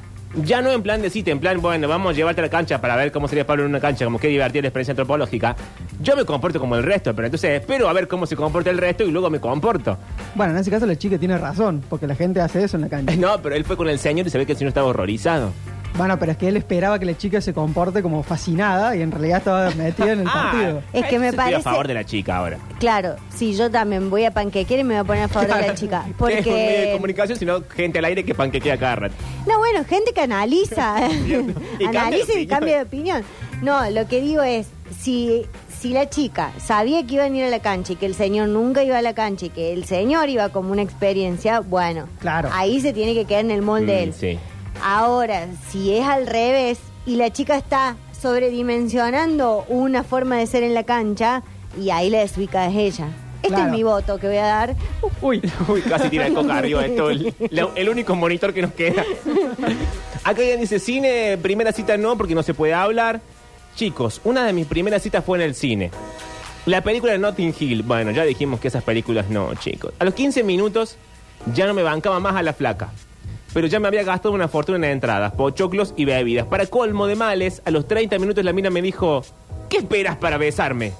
S1: ya no en plan de cita, en plan, bueno, vamos a llevarte a la cancha para ver cómo sería Pablo en una cancha, como qué divertida la experiencia antropológica. Yo me comporto como el resto, pero entonces espero a ver cómo se comporta el resto y luego me comporto.
S3: Bueno, en ese caso la chica tiene razón, porque la gente hace eso en la cancha.
S1: No, pero él fue con el señor y se ve que el señor estaba horrorizado.
S3: Bueno, pero es que él esperaba que la chica se comporte como fascinada y en realidad estaba metida en el
S1: Ah,
S3: partido.
S2: Es que me
S1: Estoy a
S2: parece-
S1: favor de la chica ahora.
S2: Claro, sí, yo también voy a panquequear y me voy a poner a favor de la chica.
S1: Que es un medio de
S2: Porque.
S1: comunicación, sino gente al aire que panquequea cada rato.
S2: No, bueno, gente que analiza.
S1: Cierto. Y cambia de
S2: analiza y
S1: opinión.
S2: cambia de opinión. No, lo que digo es, si, si la chica sabía que iban a ir a la cancha y que el señor nunca iba a la cancha y que el señor iba como una experiencia, bueno,
S3: Claro.
S2: ahí se tiene que quedar en el molde
S1: Mm,
S2: él.
S1: sí.
S2: Ahora, si es al revés y la chica está sobredimensionando una forma de ser en la cancha, y ahí la desubica es ella. Este
S3: Claro.
S2: es mi voto que voy a dar.
S1: Uy, uy, casi tira el coca arriba de todo. El, la- el único monitor que nos queda. Acá alguien dice, cine, primera cita no, porque no se puede hablar. Chicos, una de mis primeras citas fue en el cine. La película de Notting Hill. Bueno, ya dijimos que esas películas no, chicos. A los 15 minutos ya no me bancaba más a la flaca. Pero ya me había gastado una fortuna en entradas, pochoclos y bebidas. Para colmo de males, a los 30 minutos la mina me dijo, ¿qué esperas para besarme?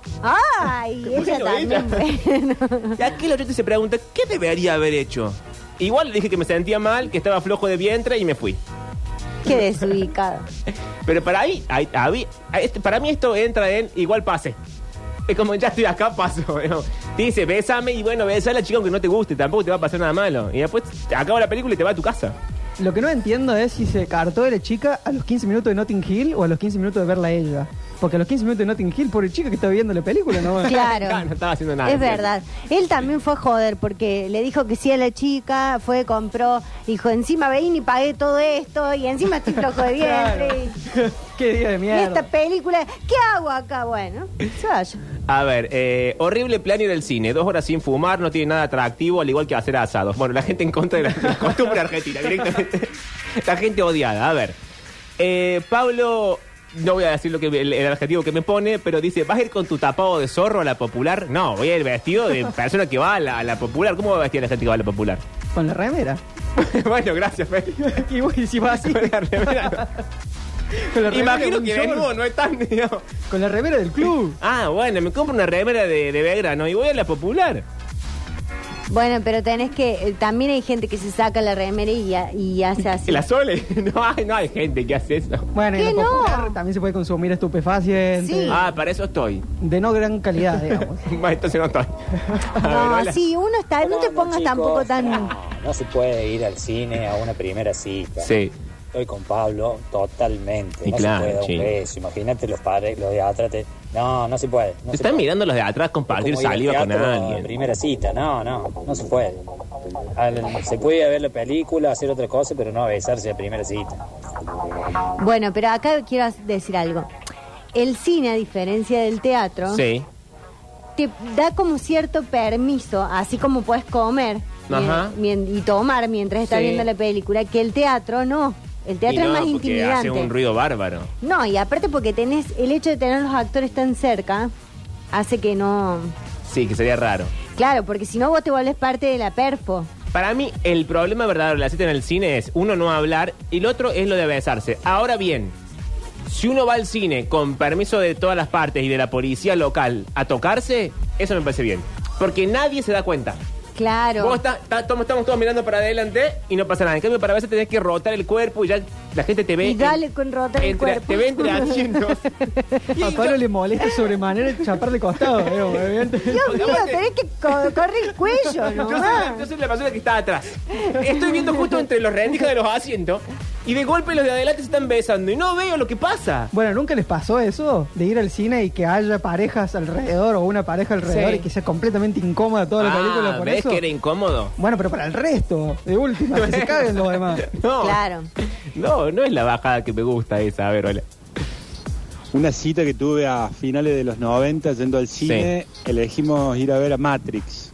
S2: ¡Ay! ella
S1: Bueno,
S2: también. bueno.
S1: Y aquí el oyente se pregunta, ¿qué debería haber hecho? Igual le dije que me sentía mal, que estaba flojo de vientre y me fui.
S2: Qué desubicado.
S1: Pero para mí, ahí- ahí- ahí- este- para mí esto entra en igual pase. Es como, ya estoy acá, paso. ¿no? Te dice, bésame y bueno, besa a la chica aunque no te guste, tampoco te va a pasar nada malo. Y después acaba la película y te va a tu casa.
S3: Lo que no entiendo es si se cartó de la chica a los 15 minutos de Notting Hill o a los 15 minutos de verla a ella. Porque a los 15 minutos de Notting Hill, pobre chica que está viendo la película, ¿no?
S2: Claro.
S1: No, no estaba haciendo nada.
S2: Es verdad. Él también fue a joder porque le dijo que sí a la chica, fue, compró, dijo, encima ven y pagué todo esto y encima estoy flojo de vientre.
S3: Qué día de
S2: Y esta
S3: mierda.
S2: película, ¿qué hago acá? Bueno, se vaya.
S1: A ver, eh, horrible plan ir al cine. Dos horas sin fumar, no tiene nada atractivo, al igual que hacer asados. Bueno, la gente en contra de la, de la costumbre argentina, directamente. La gente odiada. A ver, Eh, Pablo, no voy a decir lo que el, el adjetivo que me pone, pero dice: ¿Vas a ir con tu tapado de zorro a la popular? No, voy a ir vestido de persona que va a la, a la popular. ¿Cómo va a vestir la gente que va a la popular?
S3: Con la remera.
S1: bueno, gracias, Fe.
S3: y bueno, y si va así.
S1: Con la remera, no.
S3: Con la remera
S1: Imagino
S3: de
S1: que
S3: un
S1: desnudo
S3: short.
S1: no están, digamos.
S3: Con la remera del club.
S1: Ah, bueno, me compro una remera de, de Belgrano y voy a la popular.
S2: Bueno, pero tenés que. eh, También hay gente que se saca la remera y, ha- y hace así.
S1: Y la Sole. No hay, no hay gente que hace eso.
S3: Bueno, y en
S2: ¿Qué
S3: lo
S2: no?
S3: popular también se puede consumir estupefacientes.
S2: Sí.
S1: Ah, para eso estoy.
S3: De no gran calidad, digamos.
S1: Bueno, entonces no estoy. A ver,
S2: No,
S1: hola.
S2: sí, uno está. No te pongas tampoco tan.
S9: No se puede ir al cine a una primera cita.
S1: Sí.
S9: Estoy con Pablo totalmente.
S1: Y
S9: no se
S1: claro,
S9: puede dar
S1: sí.
S9: un beso. Imagínate los padres, los de atrás. te- No, no se puede. No
S1: Te
S9: se
S1: están
S9: puede.
S1: mirando los de atrás compartir
S9: Como ir al
S1: saliva con
S9: teatro en
S1: alguien.
S9: Primera cita, no, no, no se puede. Al- se puede ir a ver la película, hacer otra cosa, pero no a besarse a primera cita.
S2: Bueno, pero acá quiero as- decir algo. El cine, a diferencia del teatro,
S1: Sí.
S2: te da como cierto permiso, así como puedes comer mien-
S1: Ajá.
S2: mien- y tomar mientras estás
S1: Sí.
S2: viendo la película, que el teatro no. El teatro
S1: Y no,
S2: es más
S1: porque
S2: intimidante.
S1: Hace un ruido bárbaro.
S2: No, y aparte porque tenés el hecho de tener los actores tan cerca, hace que no...
S1: Sí, que sería raro.
S2: Claro, porque si no vos te volvés parte de la perfo.
S1: Para mí, el problema verdadero de la cita en el cine es uno no hablar y el otro es lo de besarse. Ahora bien, si uno va al cine con permiso de todas las partes y de la policía local a tocarse, eso me parece bien. Porque nadie se da cuenta.
S2: Claro.
S1: Vos está- está- tomo- estamos todos mirando para adelante y no pasa nada. En cambio, para veces tenés que rotar el cuerpo y ya la gente te ve.
S2: Y dale con rotar el
S1: entre-
S2: cuerpo.
S1: Te ve entre asientos. Y
S3: A Pablo le molesta sobremanera chaparle costado. digamos, evidente.
S2: Dios
S1: Porque
S2: mío,
S1: aparte-
S2: tenés que co- correr el cuello,
S1: Yo
S2: ¿no?
S1: soy, la, yo soy la persona que está atrás. Estoy viendo justo entre los rendijas de los asientos y de golpe los de adelante se están besando y no veo lo que pasa.
S3: Bueno, ¿nunca les pasó eso? De ir al cine y que haya parejas alrededor o una pareja alrededor
S1: Sí.
S3: y que sea completamente incómoda toda la
S1: Ah,
S3: película por
S1: ¿Ves
S3: eso.
S1: que era incómodo?
S3: Bueno, pero para el resto, de última, que se caguen los demás.
S1: No.
S2: Claro.
S1: No, no es la bajada que me gusta esa. A ver, hola.
S10: Una cita que tuve a finales de los 90 yendo al cine, elegimos ir a ver a Matrix,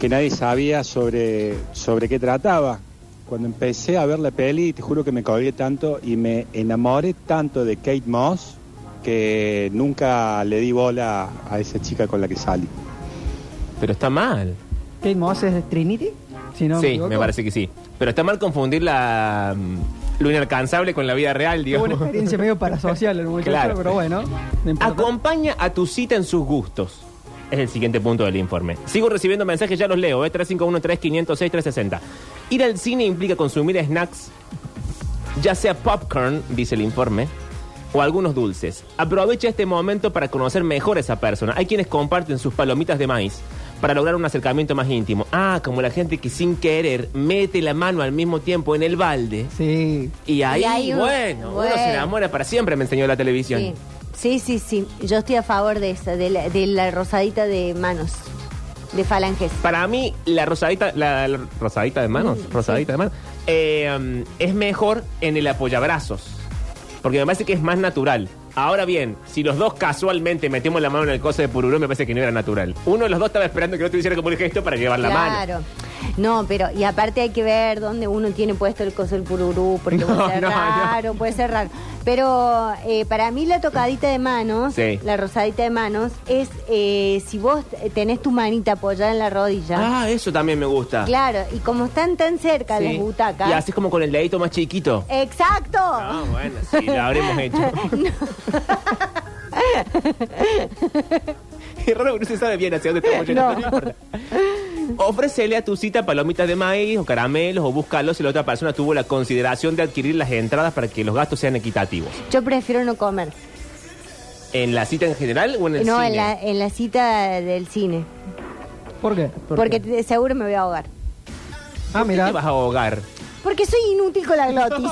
S10: que nadie sabía sobre, sobre qué trataba. Cuando empecé a ver la peli, te juro que me colgué tanto y me enamoré tanto de Kate Moss que nunca le di bola a esa chica con la que salí.
S1: Pero está mal.
S3: ¿Kate Moss es de Trinity? Si no
S1: sí,
S3: equivoco.
S1: me parece que sí. Pero está mal confundir la, mm, lo inalcanzable con la vida real,
S3: Tuvo
S1: digamos.
S3: una experiencia medio parasocial el muchacho,
S1: Claro. Ah,
S3: pero bueno. no importa.
S1: Acompaña a tu cita en sus gustos. Es el siguiente punto del informe. Sigo recibiendo mensajes, ya los leo. ¿eh? 351-3506-360. Ir al cine implica consumir snacks, ya sea popcorn, dice el informe, o algunos dulces. Aprovecha este momento para conocer mejor a esa persona. Hay quienes comparten sus palomitas de maíz para lograr un acercamiento más íntimo. Ah, como la gente que sin querer mete la mano al mismo tiempo en el balde.
S3: Sí.
S1: Y ahí,
S2: Y ahí uno-
S1: bueno, uno
S2: bueno.
S1: se enamora para siempre, me enseñó la televisión.
S2: Sí. sí, sí, sí. Yo estoy a favor de esa, de la, de la rosadita de manos, de falanges.
S1: Para mí, la rosadita, la, la rosadita de manos,
S2: Mm,
S1: rosadita de manos, eh, um, es mejor en el apoyabrazos. Porque me parece que es más natural. Ahora bien, si los dos casualmente metimos la mano en el coso de Pururú, me parece que no era natural. Uno de los dos estaba esperando que el otro hiciera como el gesto para llevar la mano.
S2: claro. No, pero y aparte hay que ver dónde uno tiene puesto el coso del pururú, porque
S1: No,
S2: puede ser
S1: no, no.
S2: raro, puede ser raro. Pero eh, para mí la tocadita de manos,
S1: Sí.
S2: la rosadita de manos, es eh, si vos eh, tenés tu manita apoyada en la rodilla.
S1: Ah, eso también me gusta.
S2: Claro, y como están tan cerca las
S1: Sí.
S2: butacas.
S1: Y haces como con el dedito más chiquito.
S2: Exacto.
S1: Ah, bueno, sí, lo habremos hecho. Es raro que no se sabe bien hacia dónde estamos yendo,
S2: No.
S1: pero no importa. Ofrécele a tu cita palomitas de maíz o caramelos o búscalo si la otra persona tuvo la consideración de adquirir las entradas para que los gastos sean equitativos.
S2: Yo prefiero no comer.
S1: ¿En la cita en general o en el
S2: no,
S1: cine?
S2: En, la, en la cita del cine.
S3: ¿Por qué?
S2: porque te- seguro me voy a ahogar.
S3: Ah,
S1: ¿Qué te
S3: mira.
S1: vas a ahogar?
S2: Porque soy inútil con la glotis.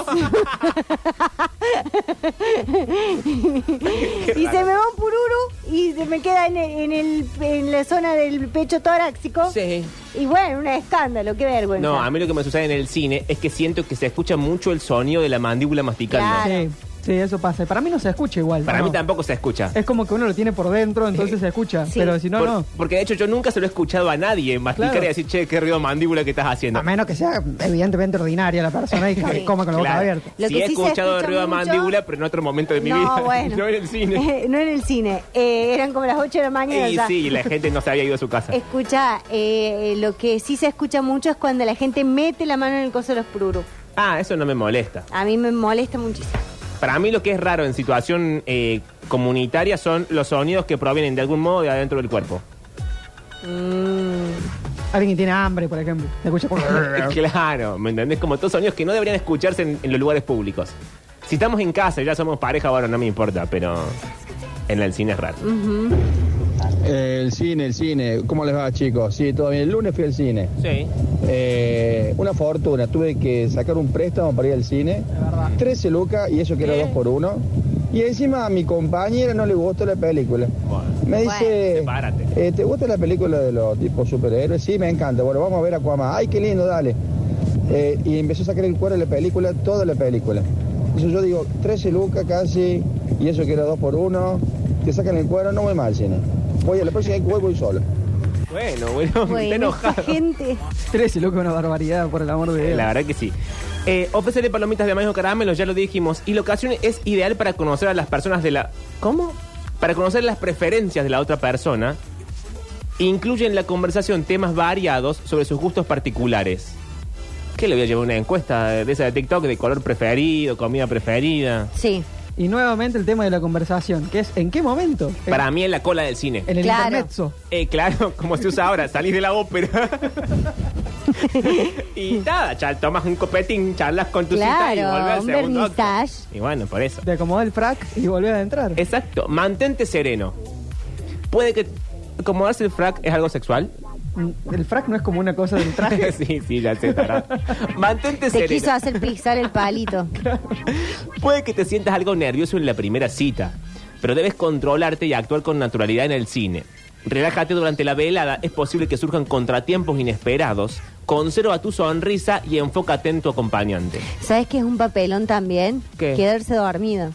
S2: y se me va un pururu y se me queda en, el- en el- en la zona del pecho torácico.
S1: Sí.
S2: Y bueno, un escándalo, qué vergüenza.
S1: No, a mí lo que me sucede en el cine es que siento que se escucha mucho el sonido de la mandíbula masticando.
S2: Claro.
S3: Sí, sí, eso pasa. Para mí no se escucha igual.
S1: Para
S3: ¿no?
S1: mí tampoco se escucha.
S3: Es como que uno lo tiene por dentro, entonces se escucha.
S2: Sí.
S3: Pero si no,
S1: Por-
S3: no.
S1: Porque de hecho yo nunca se lo he escuchado a nadie masticar
S3: Claro.
S1: y decir, che, qué ruido de mandíbula que estás haciendo.
S3: A menos que sea evidentemente ordinaria la persona y que
S2: Sí.
S3: coma con la boca
S1: Claro.
S3: abierta.
S2: Lo
S1: sí
S2: que
S1: he
S2: sí se
S1: escuchado
S2: escucha
S1: ruido de
S2: mucho-
S1: mandíbula, pero en otro momento de mi
S2: No,
S1: vida.
S2: bueno.
S1: No en el cine.
S2: no en el cine. Eh, eran como las 8 de la mañana.
S1: Y
S2: ya.
S1: sí, y la gente no se había ido a su casa.
S2: Escucha, eh, lo que sí se escucha mucho es cuando la gente mete la mano en el coso de los pururú.
S1: Ah, eso no me molesta.
S2: A mí me molesta muchísimo.
S1: Para mí lo que es raro en situación eh, comunitaria son los sonidos que provienen de algún modo de adentro del cuerpo.
S3: Alguien que tiene hambre, por ejemplo. Te escucha por...
S1: claro, ¿me entendés? Como todos sonidos que no deberían escucharse en, en los lugares públicos. Si estamos en casa y ya somos pareja, bueno, no me importa, pero en el cine es raro.
S2: Mm.
S6: El cine, el cine. ¿Cómo les va, chicos? Sí, todo bien. El lunes fui al cine.
S1: Sí.
S6: Eh, una fortuna. Tuve que sacar un préstamo para ir al cine. 13 lucas y eso que era
S1: ¿Qué?
S6: dos por uno. Y encima a mi compañera no le gustó la película. Me dice,
S1: Sepárate.
S6: eh, ¿te gusta la película de los tipos superhéroes? Sí, me encanta. Bueno, vamos a ver Aquaman. Ay, qué lindo, dale. Eh, y empezó a sacar el cuero de la película, toda la película. Eso yo digo, 13 lucas casi, y eso que era 2 por 1 te sacan el cuero, no voy más al cine. Voy a la próxima vez que voy, voy solo.
S1: Bueno, bueno, me
S2: Bueno, esta
S1: enojado.
S2: gente.
S3: 13, loco, una barbaridad, por el amor de Dios.
S1: La verdad que sí. Eh, ofrecerle palomitas de maíz o caramelo, ya lo dijimos. Y la ocasión es ideal para conocer a las personas de la. ¿Cómo? Para conocer las preferencias de la otra persona. Incluye en la conversación temas variados sobre sus gustos particulares. ¿Qué le voy a llevar una encuesta de esa de TikTok de color preferido, comida preferida?
S2: Sí,
S3: Y nuevamente el tema de la conversación, que es ¿en qué momento?
S1: Para mí es la cola del cine.
S3: En el
S2: Claro.
S3: intermezzo.
S1: Eh, claro, como se usa ahora, salís de la ópera. y nada, chal, tomas un copetín, charlas con tu cita y
S2: Claro,
S1: volvés al
S2: un
S1: segundo acto.
S2: vernissage.
S1: Y bueno, por eso.
S3: Te acomodó el frac y volvés a entrar.
S1: Exacto, mantente sereno. Puede que acomodarse el frac es algo sexual.
S3: Mm, El frac no es como una cosa del traje.
S1: sí, sí, ya sé, tarado. Mantente
S2: te quiso
S1: sereno.
S2: hacer pisar el palito.
S1: Puede que te sientas algo nervioso en la primera cita, pero debes controlarte y actuar con naturalidad en el cine. Relájate durante la velada, es posible que surjan contratiempos inesperados. Conserva tu sonrisa y enfócate en tu acompañante.
S2: ¿Sabes qué es un papelón también?
S1: ¿Qué?
S2: Quedarse dormido.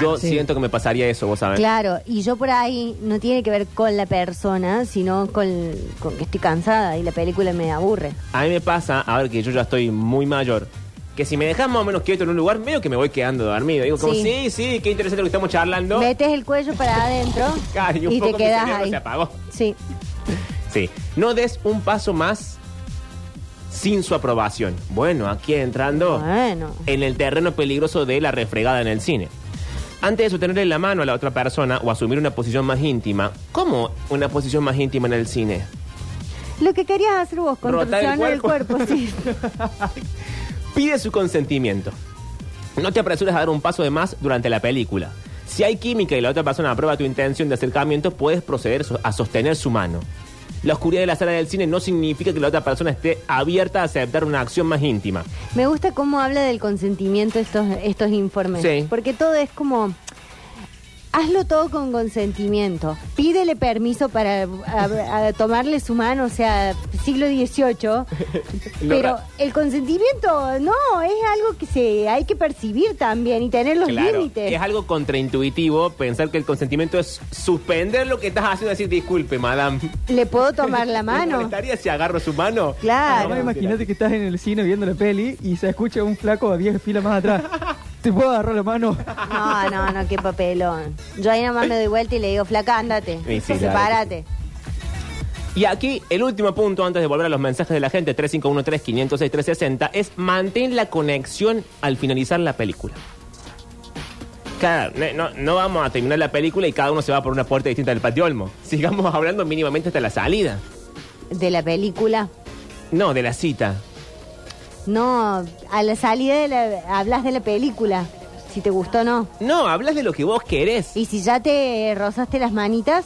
S1: Yo
S3: sí.
S1: siento que me pasaría eso, vos sabés.
S2: Claro, y yo por ahí no tiene que ver con la persona, sino con, con que estoy cansada y la película me aburre.
S1: A mí me pasa, ahora que yo ya estoy muy mayor, que si me dejas más o menos quieto en un lugar, medio que me voy quedando dormido. Digo, como,
S2: Sí.
S1: sí, sí, qué interesante lo que estamos charlando.
S2: Metes el cuello para adentro
S1: Claro, y un
S2: y, te
S1: poco mi
S2: quedas
S1: cerebro
S2: ahí.
S1: se apagó.
S2: Sí,
S1: Sí. No des un paso más sin su aprobación. Bueno, aquí entrando
S2: bueno.
S1: en el terreno peligroso de la refregada en el cine. Antes de sostenerle la mano a la otra persona o asumir una posición más íntima, ¿cómo una posición más íntima en el cine?
S2: Lo que querías hacer vos,
S1: Rotar el
S2: contorsionar el
S1: cuerpo.
S2: cuerpo, sí.
S1: Pide su consentimiento. No te apresures a dar un paso de más durante la película. Si hay química y la otra persona aprueba tu intención de acercamiento, puedes proceder so- a sostener su mano. La oscuridad de la sala del cine no significa que la otra persona esté abierta a aceptar una acción más íntima.
S2: Me gusta cómo habla del consentimiento estos, estos informes.
S1: Sí.
S2: Porque todo es como. Hazlo todo con consentimiento. Pídele permiso para a- a tomarle su mano, o sea, siglo XVIII. pero
S1: ra-
S2: el consentimiento, no, es algo que se hay que percibir también y tener los
S1: Claro,
S2: límites.
S1: es algo contraintuitivo pensar que el consentimiento es suspender lo que estás haciendo y decir, disculpe, madame.
S2: Le puedo tomar la
S1: ¿Me
S2: mano.
S1: molestaría si agarro su mano?
S3: Ahora
S2: Claro.
S3: imagínate que estás en el cine viendo la peli y se escucha un flaco a 10 filas más atrás. ¿Te puedo agarrar la mano?
S2: No, no, no, qué papelón. Yo ahí nomás me doy vuelta y le digo, flaca, ándate.
S1: Sí, sí, la
S2: sepárate.
S1: Y aquí, el último punto antes de volver a los mensajes de la gente, 351-3506-360, es mantén la conexión al finalizar la película. Claro, ne- no, no vamos a terminar la película y cada uno se va por una puerta distinta del patio Olmo. Sigamos hablando mínimamente hasta la salida.
S2: De la película.
S1: No, de la cita.
S2: No, a la salida de la, hablas de la película, si te gustó o no.
S1: No, hablas de lo que vos querés.
S2: Y si ya te rozaste las manitas,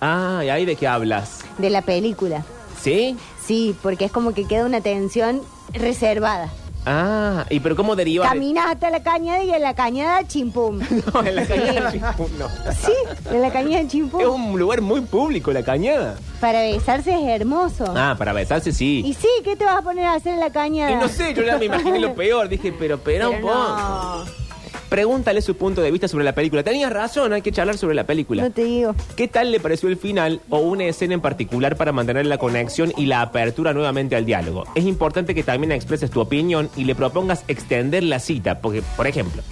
S1: Ah, ¿y ahí de qué hablas?
S2: de la película.
S1: ¿Sí?
S2: Sí, porque es como que queda una tensión reservada.
S1: Ah, ¿y pero cómo deriva? de-
S2: Caminas hasta la cañada y en la cañada chimpum.
S1: No, en la cañada. no.
S2: Sí, en la cañada chimpum.
S1: Es un lugar muy público, la cañada.
S2: Para besarse es hermoso.
S1: Ah, para besarse sí.
S2: Y sí, ¿qué te vas a poner a hacer en la cañada?
S1: Y no sé, yo ya me imaginé lo peor. Dije, pero espera
S2: Pero
S1: un poco.
S2: no,
S1: Pregúntale su punto de vista sobre la película. Tenías razón, hay que charlar sobre la película.
S2: no te digo.
S1: ¿Qué tal le pareció el final o una escena en particular para mantener la conexión y la apertura nuevamente al diálogo? Es importante que también expreses tu opinión y le propongas extender la cita. Porque, por ejemplo,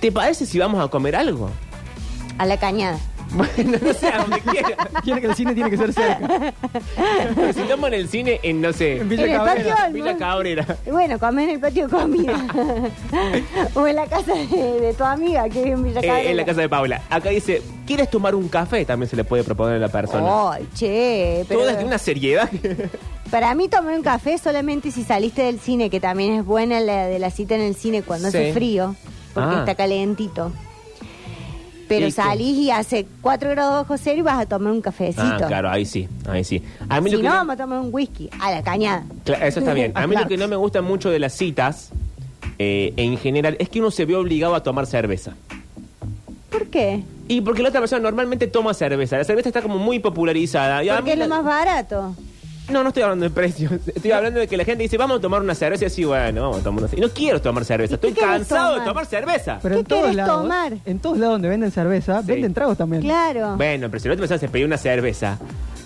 S1: ¿te parece si vamos a comer algo?
S2: A la cañada.
S1: Bueno, no sé, a donde quiera.
S3: Quiere que el cine tiene que ser cerca.
S1: Pero si estamos en el cine, en no sé.
S3: En Villa
S2: En el
S3: Cabrera.
S2: patio.
S1: Villa Cabrera.
S2: Bueno, comés en el patio de comida. o en la casa de, de tu amiga que vive en Villa
S1: Eh,
S2: Cabrera.
S1: en la casa de Paula. Acá dice, ¿quieres tomar un café? También se le puede proponer a la persona.
S2: Ay, che, Oh, pero
S1: Todo es de una seriedad.
S2: para mí tomé un café solamente si saliste del cine, que también es buena la de la cita en el cine cuando
S1: Sí.
S2: hace frío, porque
S1: Ah.
S2: está calentito. Pero
S1: ¿Y qué?
S2: salís y hace 4 grados bajo cero y vas a tomar un cafecito.
S1: ah, claro, ahí sí, ahí sí. A mí
S2: Si
S1: lo que
S2: no,
S1: no-
S2: vamos a tomar un whisky a la cañada.
S1: Cla- eso está bien. A mí lo que no me gusta mucho de las citas, eh, en general, es que uno se ve obligado a tomar cerveza.
S2: ¿Por qué?
S1: Y porque la otra persona normalmente toma cerveza. La cerveza está como muy popularizada. Y a
S2: Porque
S1: mí
S2: es lo
S1: la-
S2: más barato.
S1: No, no estoy hablando de precios. Estoy hablando de que la gente dice, vamos a tomar una cerveza. Y así, bueno, vamos a tomar una cerveza. Y no quiero tomar cerveza.
S2: ¿Y qué
S1: Estoy
S2: querés
S1: cansado de
S2: tomar?
S1: tomar cerveza.
S3: Pero en
S2: ¿Qué
S3: todos
S2: querés
S3: lados.
S2: tomar?
S3: En todos lados donde venden cerveza,
S1: Sí.
S3: venden tragos también.
S2: Claro.
S1: Bueno, pero si la otra persona se pidió una cerveza.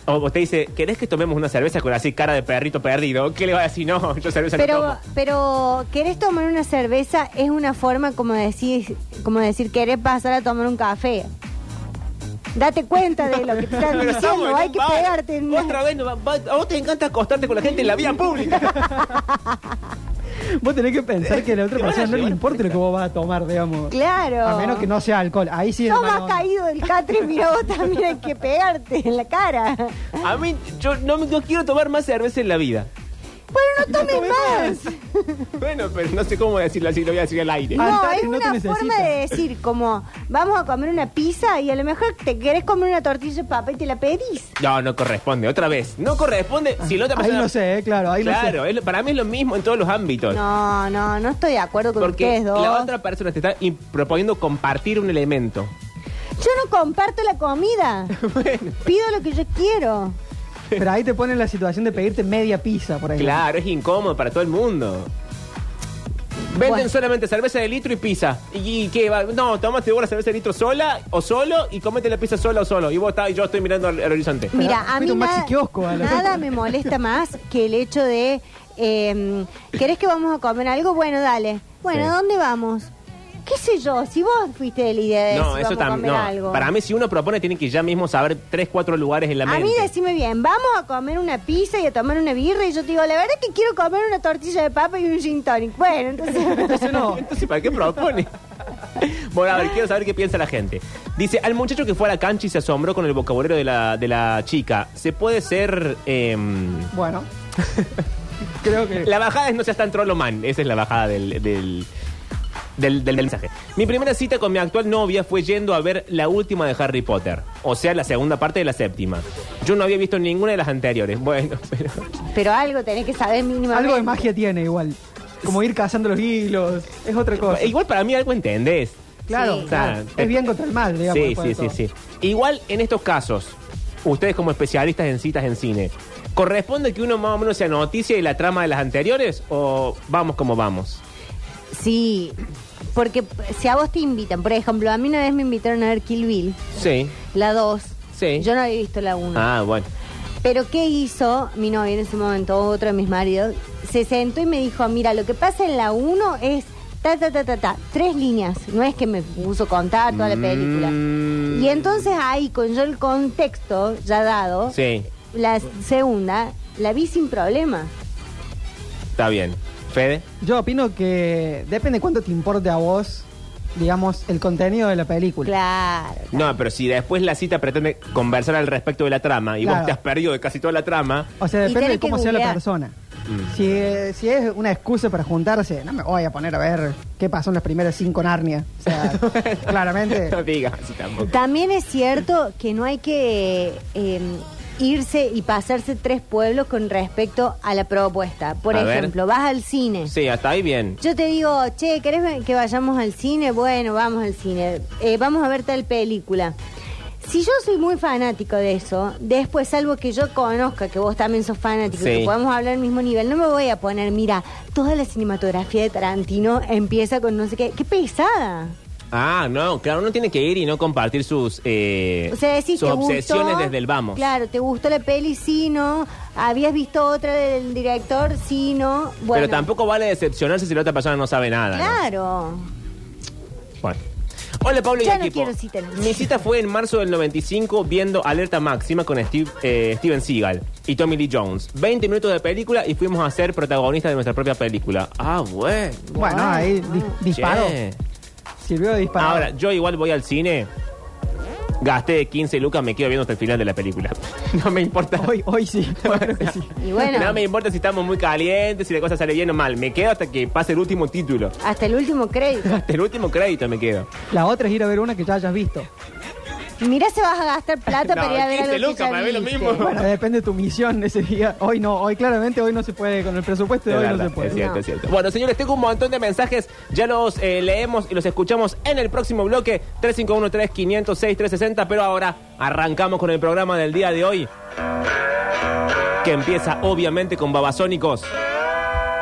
S1: O o te dice, ¿querés que tomemos una cerveza con así cara de perrito perdido? ¿Qué le va a decir? No, yo cerveza no
S2: Pero,
S1: tomo.
S2: pero querés tomar una cerveza es una forma como decir, como decir querés pasar a tomar un café. Date cuenta de lo que te están
S1: Pero estamos en
S2: diciendo, hay
S1: un
S2: que
S1: bar.
S2: pegarte. en-
S1: Otra vez, no va- va- a vos te encanta acostarte con la gente en la vía pública.
S3: Vos tenés que pensar que a la otra
S1: Te van a
S3: persona no le
S1: llevar
S3: importa lo que vos vas a tomar, digamos.
S2: Claro.
S3: A menos que no sea alcohol. Ahí sí es
S2: No me
S3: mala
S2: has
S3: onda.
S2: caído del catre, mira vos también hay que pegarte en la cara.
S1: A mí, yo no, me- no quiero tomar más cerveza en la vida.
S2: Bueno, no tomes más.
S1: Bueno, pero no sé cómo decirlo así, lo voy a decir al aire.
S3: Ah.
S2: No,
S3: Al
S2: es
S3: Tati no te
S2: una
S3: necesita.
S2: forma de decir como vamos a comer una pizza y a lo mejor te querés comer una tortilla de papa y te la pedís.
S1: No, no corresponde. Otra vez, no corresponde si la otra
S3: Ahí
S1: persona...
S3: no sé, eh, claro, ahí no sé.
S1: claro, es lo- para mí es lo mismo en todos los ámbitos.
S2: No, no, no estoy de acuerdo con
S1: Porque
S2: ustedes dos.
S1: la otra persona te está in- proponiendo compartir un elemento.
S2: Yo no comparto la comida.
S1: Bueno.
S2: Pido lo que yo quiero.
S3: Pero ahí te ponen la situación de pedirte media pizza por ahí.
S1: Claro, es incómodo para todo el mundo. Venden
S2: Bueno.
S1: solamente cerveza de litro y pizza. ¿Y, y qué? va? No, tomate vos la cerveza de litro sola o solo y comete la pizza sola o solo. Y vos estás, y yo estoy mirando al, al horizonte.
S2: Mira,
S3: Pero
S2: a mí
S3: un
S2: nada,
S3: maxi kiosco, a la-
S2: nada me molesta más que el hecho de, eh, ¿querés que vamos a comer algo? Bueno, dale. Bueno,
S1: Sí.
S2: ¿a ¿dónde vamos? ¿Qué sé yo? Si vos fuiste el idea de
S1: No,
S2: si
S1: eso
S2: vamos a
S1: también.
S2: comer algo.
S1: Para mí, si uno propone, tiene que ya mismo saber tres, cuatro lugares en la
S2: a
S1: mente.
S2: mí decime bien, vamos a comer una pizza y a tomar una birra y yo te digo, la verdad es que quiero comer una tortilla de papa y un gin tonic. Bueno, entonces...
S3: Eso no.
S1: Entonces, ¿para qué propone? Bueno, a ver, quiero saber qué piensa la gente. Dice, al muchacho que fue a la cancha y se asombró con el vocabulario de la, de la chica, ¿se puede ser... em,
S3: Bueno. Creo que.
S1: La bajada es no seas tan trolloman. Esa es la bajada del, del, del- del mensaje. Mi primera cita con mi actual novia fue yendo a ver la última de Harry Potter. O sea, la segunda parte de la séptima. Yo no había visto ninguna de las anteriores. Bueno, pero...
S2: Pero algo tenés que saber mínimamente.
S3: Algo de magia tiene igual. Como ir cazando los hilos. Es otra cosa.
S1: Igual para mí algo entendés.
S3: Claro,
S2: Sí.
S3: claro.
S1: O sea,
S3: Es bien contra el mal, digamos.
S1: Sí,
S3: después
S1: sí,
S3: de
S1: sí,
S3: todo.
S1: sí. Igual en estos casos, ustedes como especialistas en citas en cine, ¿corresponde que uno más o menos sea noticia y la trama de las anteriores o vamos como vamos?
S2: Sí, porque si a vos te invitan, por ejemplo, a mí una vez me invitaron a ver Kill Bill,
S1: Sí.
S2: la 2.
S1: Sí.
S2: Yo no había visto la 1.
S1: Ah, bueno.
S2: Pero ¿qué hizo mi novio en ese momento, otro de mis maridos? Se sentó y me dijo, mira, lo que pasa en la 1 es ta, ta, ta, ta, ta, tres líneas. No es que me puso a contar toda la película.
S1: Mm.
S2: Y entonces ahí, con yo el contexto ya dado,
S1: Sí,
S2: la segunda la vi sin problema.
S1: está bien. Fede.
S3: Yo opino que depende cuánto te importe a vos, digamos, el contenido de la película.
S2: Claro.
S1: No, pero si después la cita pretende conversar al respecto de la trama y vos
S3: Claro.
S1: te has perdido de casi toda la trama,
S3: O sea,
S2: Y
S3: depende
S2: tenés
S3: de cómo
S2: que
S3: sea la
S2: googlear.
S3: persona. Si, eh, si es una excusa para juntarse, no me voy a poner a ver qué pasó en las primeras cinco Narnia. O sea, claramente.
S1: no digas así tampoco.
S2: También es cierto que no hay que eh, irse y pasarse tres pueblos con respecto a la propuesta. Por
S1: A ver.
S2: ejemplo, vas al cine.
S1: Sí, hasta ahí bien.
S2: Yo te digo, che, ¿querés que vayamos al cine? Bueno, vamos al cine. Eh, vamos a ver tal película. Si yo soy muy fanático de eso, después, salvo que yo conozca que vos también sos fanático,
S1: Sí.
S2: que podamos hablar al mismo nivel, no me voy a poner, mira, toda la cinematografía de Tarantino empieza con no sé qué. ¡Qué pesada!
S1: Ah, no, claro, uno tiene que ir y no compartir sus, eh,
S2: O sea, decís,
S1: sus
S2: ¿te gustó?
S1: obsesiones desde el vamos.
S2: Claro, ¿te gustó la peli? Sí, no. ¿Habías visto otra del director? Sí, no. Bueno,
S1: Pero tampoco vale decepcionarse si la otra persona no sabe nada. ¿no?
S2: Claro.
S1: Bueno. Hola Pablo y
S2: Ya no
S1: equipo.
S2: quiero cita en la
S1: Mi cita fue en marzo del 95 viendo Alerta Máxima con Steve, eh, Steven Seagal y Tommy Lee Jones. 20 minutos de película y fuimos a ser protagonistas de nuestra propia película. Ah, bueno.
S3: Bueno, ahí di- disparó.
S1: Che.
S3: Sirvió de disparar.
S1: Ahora, yo igual voy al cine. Gasté 15 lucas, me quedo viendo hasta el final de la película. No me importa.
S3: Hoy, hoy sí. Hoy creo que sí.
S2: Y bueno,
S1: No me importa si estamos muy calientes, si la cosa sale bien o mal. Me quedo hasta que pase el último título.
S2: hasta el último crédito.
S1: Hasta el último crédito me quedo.
S3: La otra es ir a ver una que ya hayas visto.
S2: Mirá se vas a gastar plata
S1: No,
S2: para ir a ver
S1: 15
S2: algo que
S1: lucas
S2: ya
S1: para ver lo
S2: viste.
S1: mismo.
S3: Bueno, depende de tu misión ese día. Hoy no, hoy claramente hoy no se puede, con el presupuesto de
S1: Es
S3: hoy
S1: verdad,
S3: no se puede.
S1: es cierto,
S2: No.
S1: es cierto. Bueno, señores, tengo un montón de mensajes. Ya los eh, leemos y los escuchamos en el próximo bloque. 351-3506-360. Pero ahora arrancamos con el programa del día de hoy. Que empieza obviamente con Babasónicos.